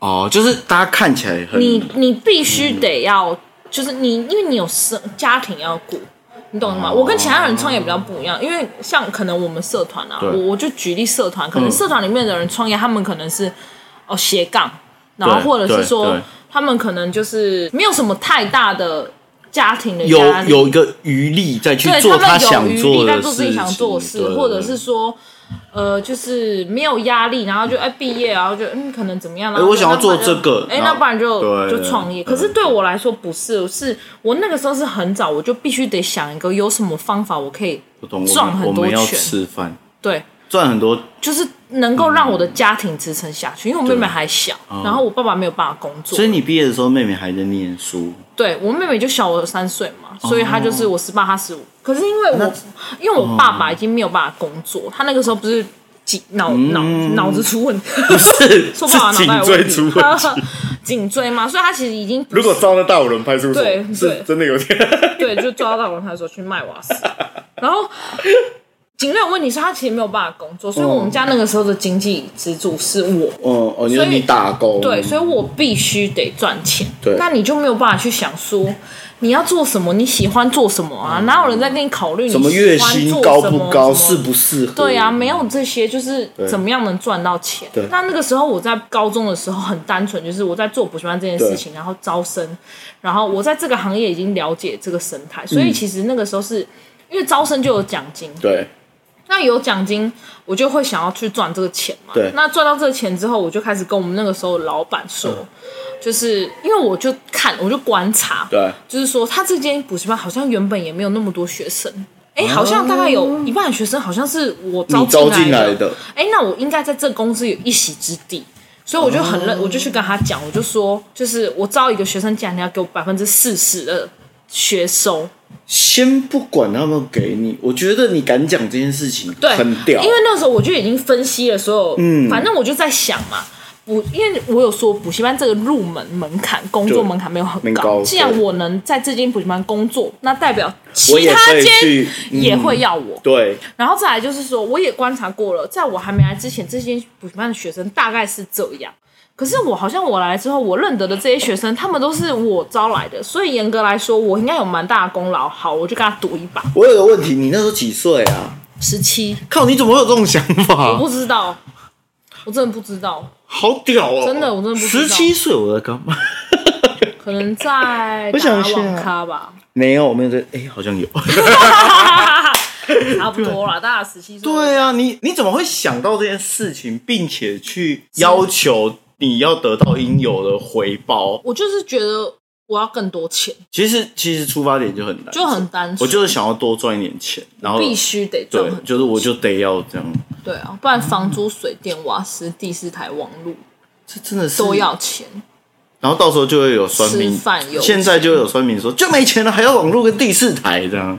哦，就是大家看起来很
你你必须得要，就是你，因为你有生家庭要顾，你懂吗？我跟其他人创业比较不一样，因为像可能我们社团啊，
对
我我就举例社团，可能
嗯
社团里面的人创业，他们可能是哦斜杠，然后
对
或者
对
是说
对
他们可能就是没有什么太大的家庭的
有
压力，
有一个余力再去
啊对
做
他
想
们有余
做的
力在
事
做
情，
自己想做的事，
对
或者是说。呃，就是没有压力，然后就哎毕业，然后就嗯可能怎么样，然后
哎我
就
想要
那不然
做
就
这个
哎
然
那
后
不然就
对
就创业。
嗯
可是对我来说不是，是我那个时候是很早，我就必须得想一个有什么方法我可以
不懂我
赚
们
很
我
多
们要
钱，
吃饭，
对，
赚很多，
就是能够让我的家庭支撑下去，因为我妹妹
对嗯
还小，然后我爸爸没有办法工作，
所以你毕业的时候妹妹还在念书，
对我妹妹就小我三岁嘛，
哦
所以她就是我十八，她十五。可是因为我，因为
哦
我爸爸已经没有办法工作，他那个时候不是脊脑脑脑子出问题，
嗯不是
说爸爸脑袋有问题，
是颈椎出问题，
颈椎嘛，所以他其实已经不
如
是
果招到大五人派出所
对，
是
对
真的有点。
对，就抓到我他说去卖瓦斯，然后。警卫有问题是他其实没有办法工作，所以我们家那个时候的经济支柱是我，
哦哦，你
所
说
以
你打工，
对，所以我必须得赚钱。
对
那你就没有办法去想说你要做什么，你喜欢做什么啊？哪有人在跟你考虑你
嗯什么月薪高不高，适不
是？
适合？
对啊，没有这些，就是怎么样能赚到钱
对？
那那个时候我在高中的时候很单纯，就是我在做补习班这件事情，然后招生，然后我在这个行业已经了解这个生态，
嗯
所以其实那个时候是因为招生就有奖金，
对
那有奖金，我就会想要去赚这个钱嘛。
对
那赚到这个钱之后，我就开始跟我们那个时候的老板说，
嗯
就是因为我就看，我就观察，
对，
就是说他这间补习班好像原本也没有那么多学生，哎、好像大概有一半的学生好像是我
哦你
招
招进
来
来。的，
哎、那我应该在这公司有一席之地。所以我就很
哦
认，我就去跟他讲，我就说，就是我招一个学生进来，你要给我百分之四十的学收，
先不管他们给你，我觉得你敢讲这件事情
对，
很屌，
因为那时候我就已经分析了所有，
嗯
反正我就在想嘛。补，因为我有说补习班这个入门门槛、工作
对
门槛没有很
没
高。
高
既然
对
我能在这间补习班工作，那代表
我
其
也
他
可以
间
去嗯
也会要我。
对
然后再来就是说，我也观察过了，在我还没来之前，这些补习班的学生大概是这样。可是我好像我来之后，我认得的这些学生，他们都是我招来的，所以严格来说，我应该有蛮大的功劳。好，我就跟他赌一把，
我有个问题，你那时候几岁啊？
十七。
靠，你怎么会有这种想
我
法？
不知道，我真的不知道，
好屌哦！
真的我真的不知道
十七岁我在干嘛？
可能在
我
打
想一啊下
网咖吧，
没有，没有在，哎、好像有。
差不多啦，大家十七岁。
对，啊，你你怎么会想到这件事情，并且去要求你要得到应有的回报？
我就是觉得我要更多钱，
其实其实出发点就很难，
就很单纯，
我就是想要多赚一点钱，然后
必须得赚
对
很，
就是我就得要这样，
对啊，不然房租、水电、瓦斯、第四台、网路
这真的是
都要钱。
然后到时候就会有酸民
吃饭有，
现在就有酸民说就没钱了，还要网络跟第四台这样。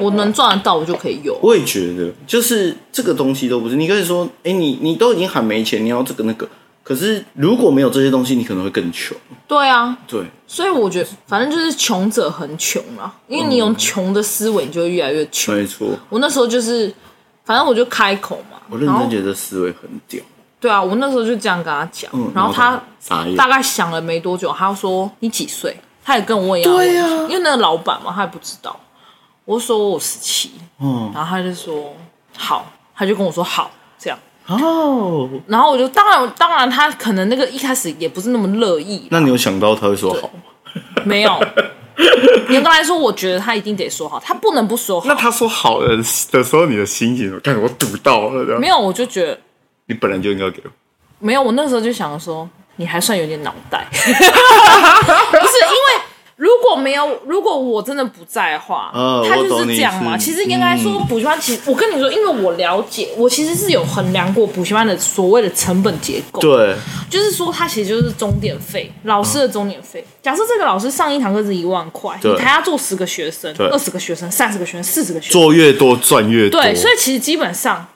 我能赚得到，我就可以有。
我也觉得，就是这个东西都不是。你可以说，哎、你你都已经喊没钱，你要这个那个，可是如果没有这些东西，你可能会更穷。
对啊，
对，
所以我觉得反正就是穷者很穷啦，因为
嗯
你用穷的思维，你就会越来越穷。
没错，
我那时候就是，反正我就开口嘛，
我认
然后
真觉得思维很屌。
对啊，我那时候就这样跟他讲，
嗯
然后
然
他
后他傻眼
大概想了没多久，他说你几岁？他也跟我问一样的问
对
题，
啊
因为那个老板嘛，他也不知道。我就说我十七，
嗯，
然后他就说好，他就跟我说好这样，
哦，
然后我就当然当然他可能那个一开始也不是那么乐意，
那你有想到他会说好吗？
没有。严格来说，我觉得他一定得说好，他不能不说好
那。他说好的的时候，你的心情怎么？看我赌到了，这样
没有，我就觉得
你本来就应该给我。
没有，我那时候就想说，你还算有点脑 袋，不是因为如果没有，如果我真的不在的话，
呃
他就
我
是
懂你
这样嘛。
意思嗯
其实应该说补习班，其实我跟你说，因为我了解，我其实是有衡量过补习班的所谓的成本结构，
对，
就是说它其实就是钟点费，老师的钟点费。假设这个老师上一堂课是一万块，
嗯对
你还要做十个学生、
对
二十个学生、三十个学生、四十个学生，
做越多赚越多。
对，所以其实基本上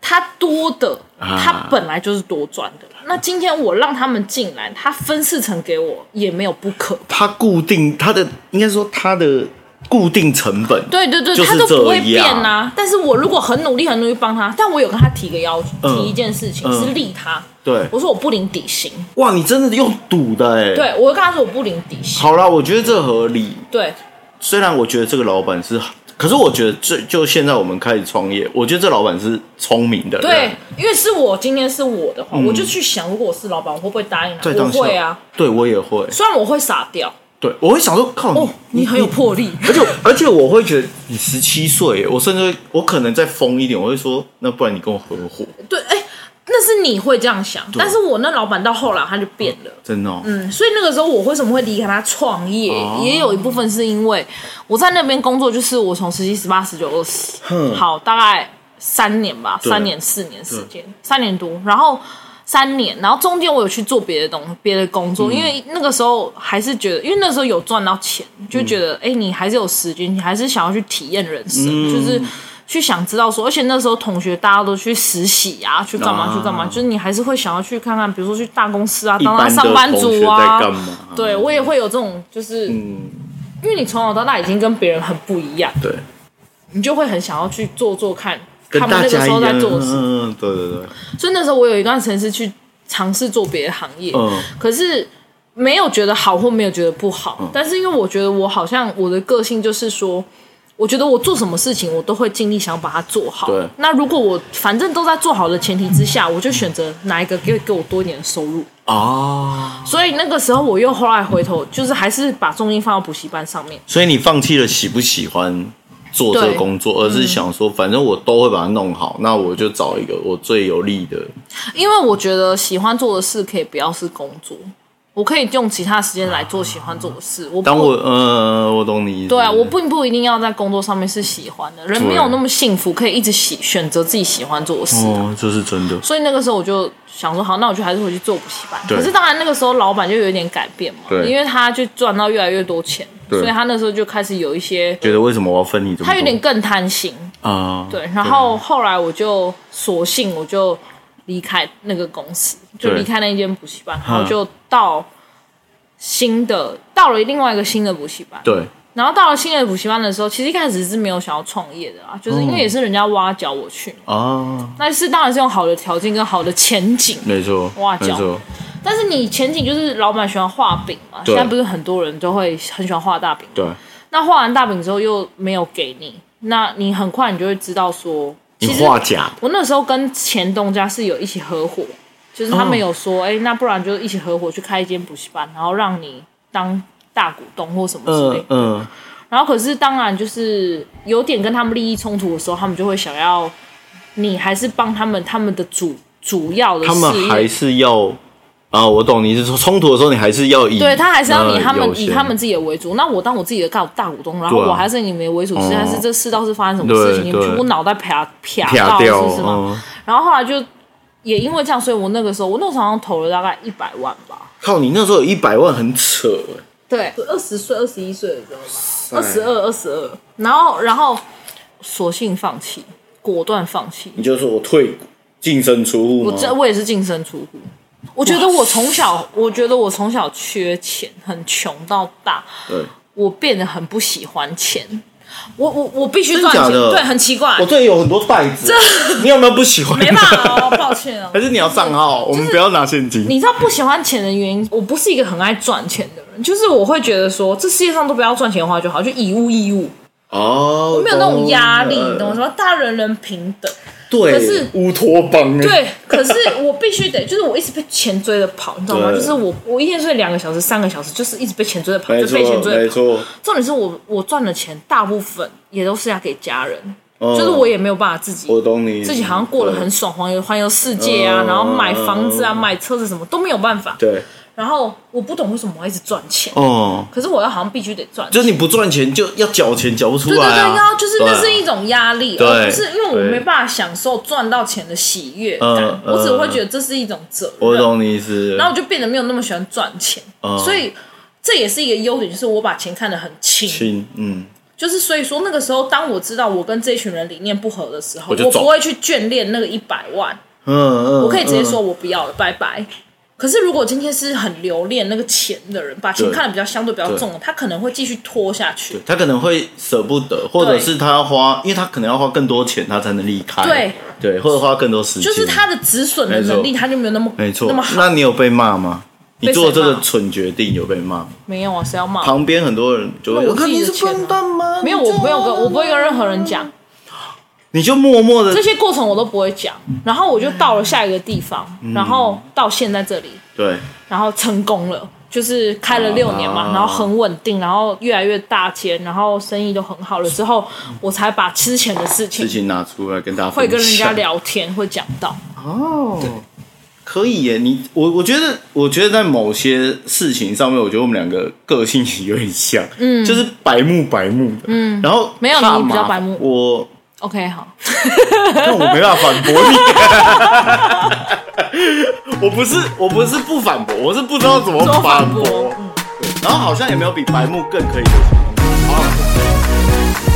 他多的，
啊
他本来就是多赚的。那今天我让他们进来，他分四成给我也没有不可。
它固定它的，应该说它的固定成本，
对对对，
就是
他都不会
这
变
样
呐、但是我如果很努力、很努力帮他，但我有跟他提个要求，
嗯
提一件事情、
嗯
是利他。
对
我说我不领底薪，
哇，你真的用赌的哎、欸。，
对我就跟他说我不领底薪。
好啦，我觉得这合理。
对，
虽然我觉得这个老板是，可是我觉得这就现在我们开始创业，我觉得这老板是聪明的人。
对，因为是我今天是我的话，我就去想，如果我是老板，我会不会答应他？
在
我
嗯当下，
会啊，，
对我也会，
虽然我会傻掉。
对我会想说，靠你，
哦，你很有魄力。
而且而且我会觉得你十七岁耶，我甚至会我可能再疯一点，我会说，那不然你跟我合伙，
对，哎、那是你会这样想，但是我那老板到后来他就变了。
真的、哦，
嗯，所以那个时候我为什么会离开他创业，
哦
也有一部分是因为我在那边工作，就是我从十七、十八、十九、二十，
哼
好，大概三年吧，
对
三年、四年时间，三年多，然后三年，然后中间我有去做别的东别的工
嗯
作，因为那个时候还是觉得，因为那时候
嗯
有赚到钱，就觉得哎、诶你还是有时间，你还是想要去体验人生，就是。去想知道说，而且那时候同学大家都去实习啊，去干嘛
啊
去干嘛，就是你还是会想要去看看，比如说去大公司啊，
一
当
般
当
的
上班
同学
族
在
啊
干。嘛？
对，我也会有这种，就是、
嗯，
因为你从小到大已经跟别人很不一样，
对，
你就会很想要去做做看
跟
他们
大
那个
家
时
一
候
样，
在做什么。
嗯，对对对，
所以那时候我有一段时间是去尝试做别的行业，
嗯
可是没有觉得好或没有觉得不好，
嗯
但是因为我觉得我好像我的个性就是说。我觉得我做什么事情，我都会尽力想把它做好
对。
那如果我反正都在做好的前提之下，我就选择哪一个给给我多一点的收入。哦
啊，
所以那个时候我又后来回头，就是还是把重心放到补习班上面。
所以你放弃了喜不喜欢做这个
对嗯
工作，而是想说，反正我都会把它弄好，那我就找一个我最有利的。
因为我觉得喜欢做的事可以不要是工作，我可以用其他时间来做喜欢做的事。我不
当我呃，我懂你意思。
对啊，我并不一定要在工作上面是喜欢的，人
对
没有那么幸福，可以一直喜选择自己喜欢做的事。
哦，这是真的。
所以那个时候我就想说，好，那我就还是回去做补习班。
对
可是当然那个时候老板就有一点改变嘛，
对
因为他就赚到越来越多钱，
对
所以他那时候就开始有一些，
觉得为什么我要分你这么多？
他有点更贪心。
啊，
对，然后后来我就索性我就离开那个公司，就
对
离开那一间补习班，然
嗯
后就到新的到了另外一个新的补习班。
对
然后到了新的补习班的时候，其实一开始是没有想要创业的啦，
嗯
就是因为也是人家挖角我去，
啊，
那是当然是用好的条件跟好的前景，
没错，
哇
没
讲
错，
但是你前景就是老板喜欢画饼嘛，
对
现在不是很多人都会很喜欢画大饼，
对，
那画完大饼之后又没有给你，那你很快你就会知道说，
你
其实
画假
我那时候跟前东家是有一起合伙，就是
哦
他们有说，哎、那不然就一起合伙去开一间补习班，然后让你当大股东或什么之类
嗯嗯，
然后可是当然就是有点跟他们利益冲突的时候，他们就会想要你还是帮他们他们的主主要的
他
事
们还
业。
是要啊，我懂你是说冲突的时候，你还是要以
对他还是要以他们、
呃
以他们自己的为主，那我当我自己的大大股东，然后
对啊
我还是以你们为主，实在是
哦
这世道是发生什么事
对
情，你们全
对
部脑袋啪啪
撇
到
掉，
是是吗？
嗯
然后后来就也因为这样，所以我那个时候，我那时候好像投了大概一百万吧。
靠，你那时候有一百万很扯欸
对，二十岁、二十一岁的时候吧，
哎
二十二、二十二，然后然后索性放弃，果断放弃。
你就说我退股净身出户
我
吗？
这我也是净身出户。我觉得我从小，我觉得我从小缺钱，很穷到大，
对，
我变得很不喜欢钱。我我我必须赚
真
钱，
假的
对，很奇怪
我，这里有很多袋子，啊 你有没有不喜欢？
没办法哦，抱歉哦
还。是你要账号？我们不要拿现金。
你知道不喜欢钱的原因，我不是一个很爱赚钱的人，就是我会觉得说，这世界上都不要赚钱花就好，就以物易物，
哦，
没有那种压力，你懂我
吗？
说，大人人平 等。
对，
可是
乌托邦。，欸
对，可是我必须得，就是我一直被钱追着跑，你知道吗？
对
就是我我一天睡两个小时、三个小时，就是一直被钱追着跑，
没
就
错
被钱，追
没
着跑。
错。
重点是我我赚的钱大部分也都是要给家人，
嗯
就是我也没有办法自己
我懂你，
自己好像过得很爽，环游环游世界啊，
嗯
然后买房子啊、
嗯
买车子什么都没有办法。
对。
然后我不懂为什么我一直赚钱，
哦，
可是我又好像必须得赚
就
钱。
是你不赚钱就要缴钱，缴不出
对对
来
对，
啊。
要就是那是
对
一种压力，
对
而不是因为我
对
没办法享受赚到钱的喜悦感
嗯，
我只
嗯
会觉得这是一种责
我
任，
懂你意思。
然后我就变得没有那么喜欢赚钱，
嗯
所以这也是一个优点，就是我把钱看得很轻，
亲，嗯，
就是所以说那个时候，当我知道我跟这群人理念不合的时候，
我就
我
走
不会去眷恋那个一百万，
嗯嗯，
我可以直接
嗯
说我不要了，拜拜。可是如果今天是很留恋那个钱的人，把钱
对
看得比较相对比较
对
重，他可能会继续拖下去。
他可能会舍不得，或者是他要花，因为他可能要花更多钱，他才能离开。
对
对，或者花更多时间。
就是他的止损的能
没
力，
错
他就没有那么
没错
那么。好。
那你有被骂吗？你
被谁
做这个
骂
蠢决定有被骂吗？
没有啊，谁要骂我？
旁边很多人就
那
会，
我自
看
己
你
的
是
钱啊
笨蛋吗？
没有，
你
我
就嗯
不用跟，我不会跟任何人讲
你就默默的
这些过程，我都不会讲。然后我就到了下一个地方，
嗯
然后到现在这里，
对，
然后成功了，就是开了六年嘛，
啊
然后很稳定，然后越来越大间，然后生意都很好了之后，我才把之前的事情
事情拿出来跟大家
会跟人
分
家
享
聊天，会讲到。
哦，可以耶！你我我觉得，我觉得在某些事情上面，我觉得我们两个个性有点像，嗯，就是白目白目的，嗯，然后
没有
怕
你比较
麻烦
白目
我
OK，好，
那我没办法反驳你， 我不是我不是不反驳，我是不知道怎么
怎么
反
反驳嗯
驳，对然后好像也没有比白目更可以的情况。好。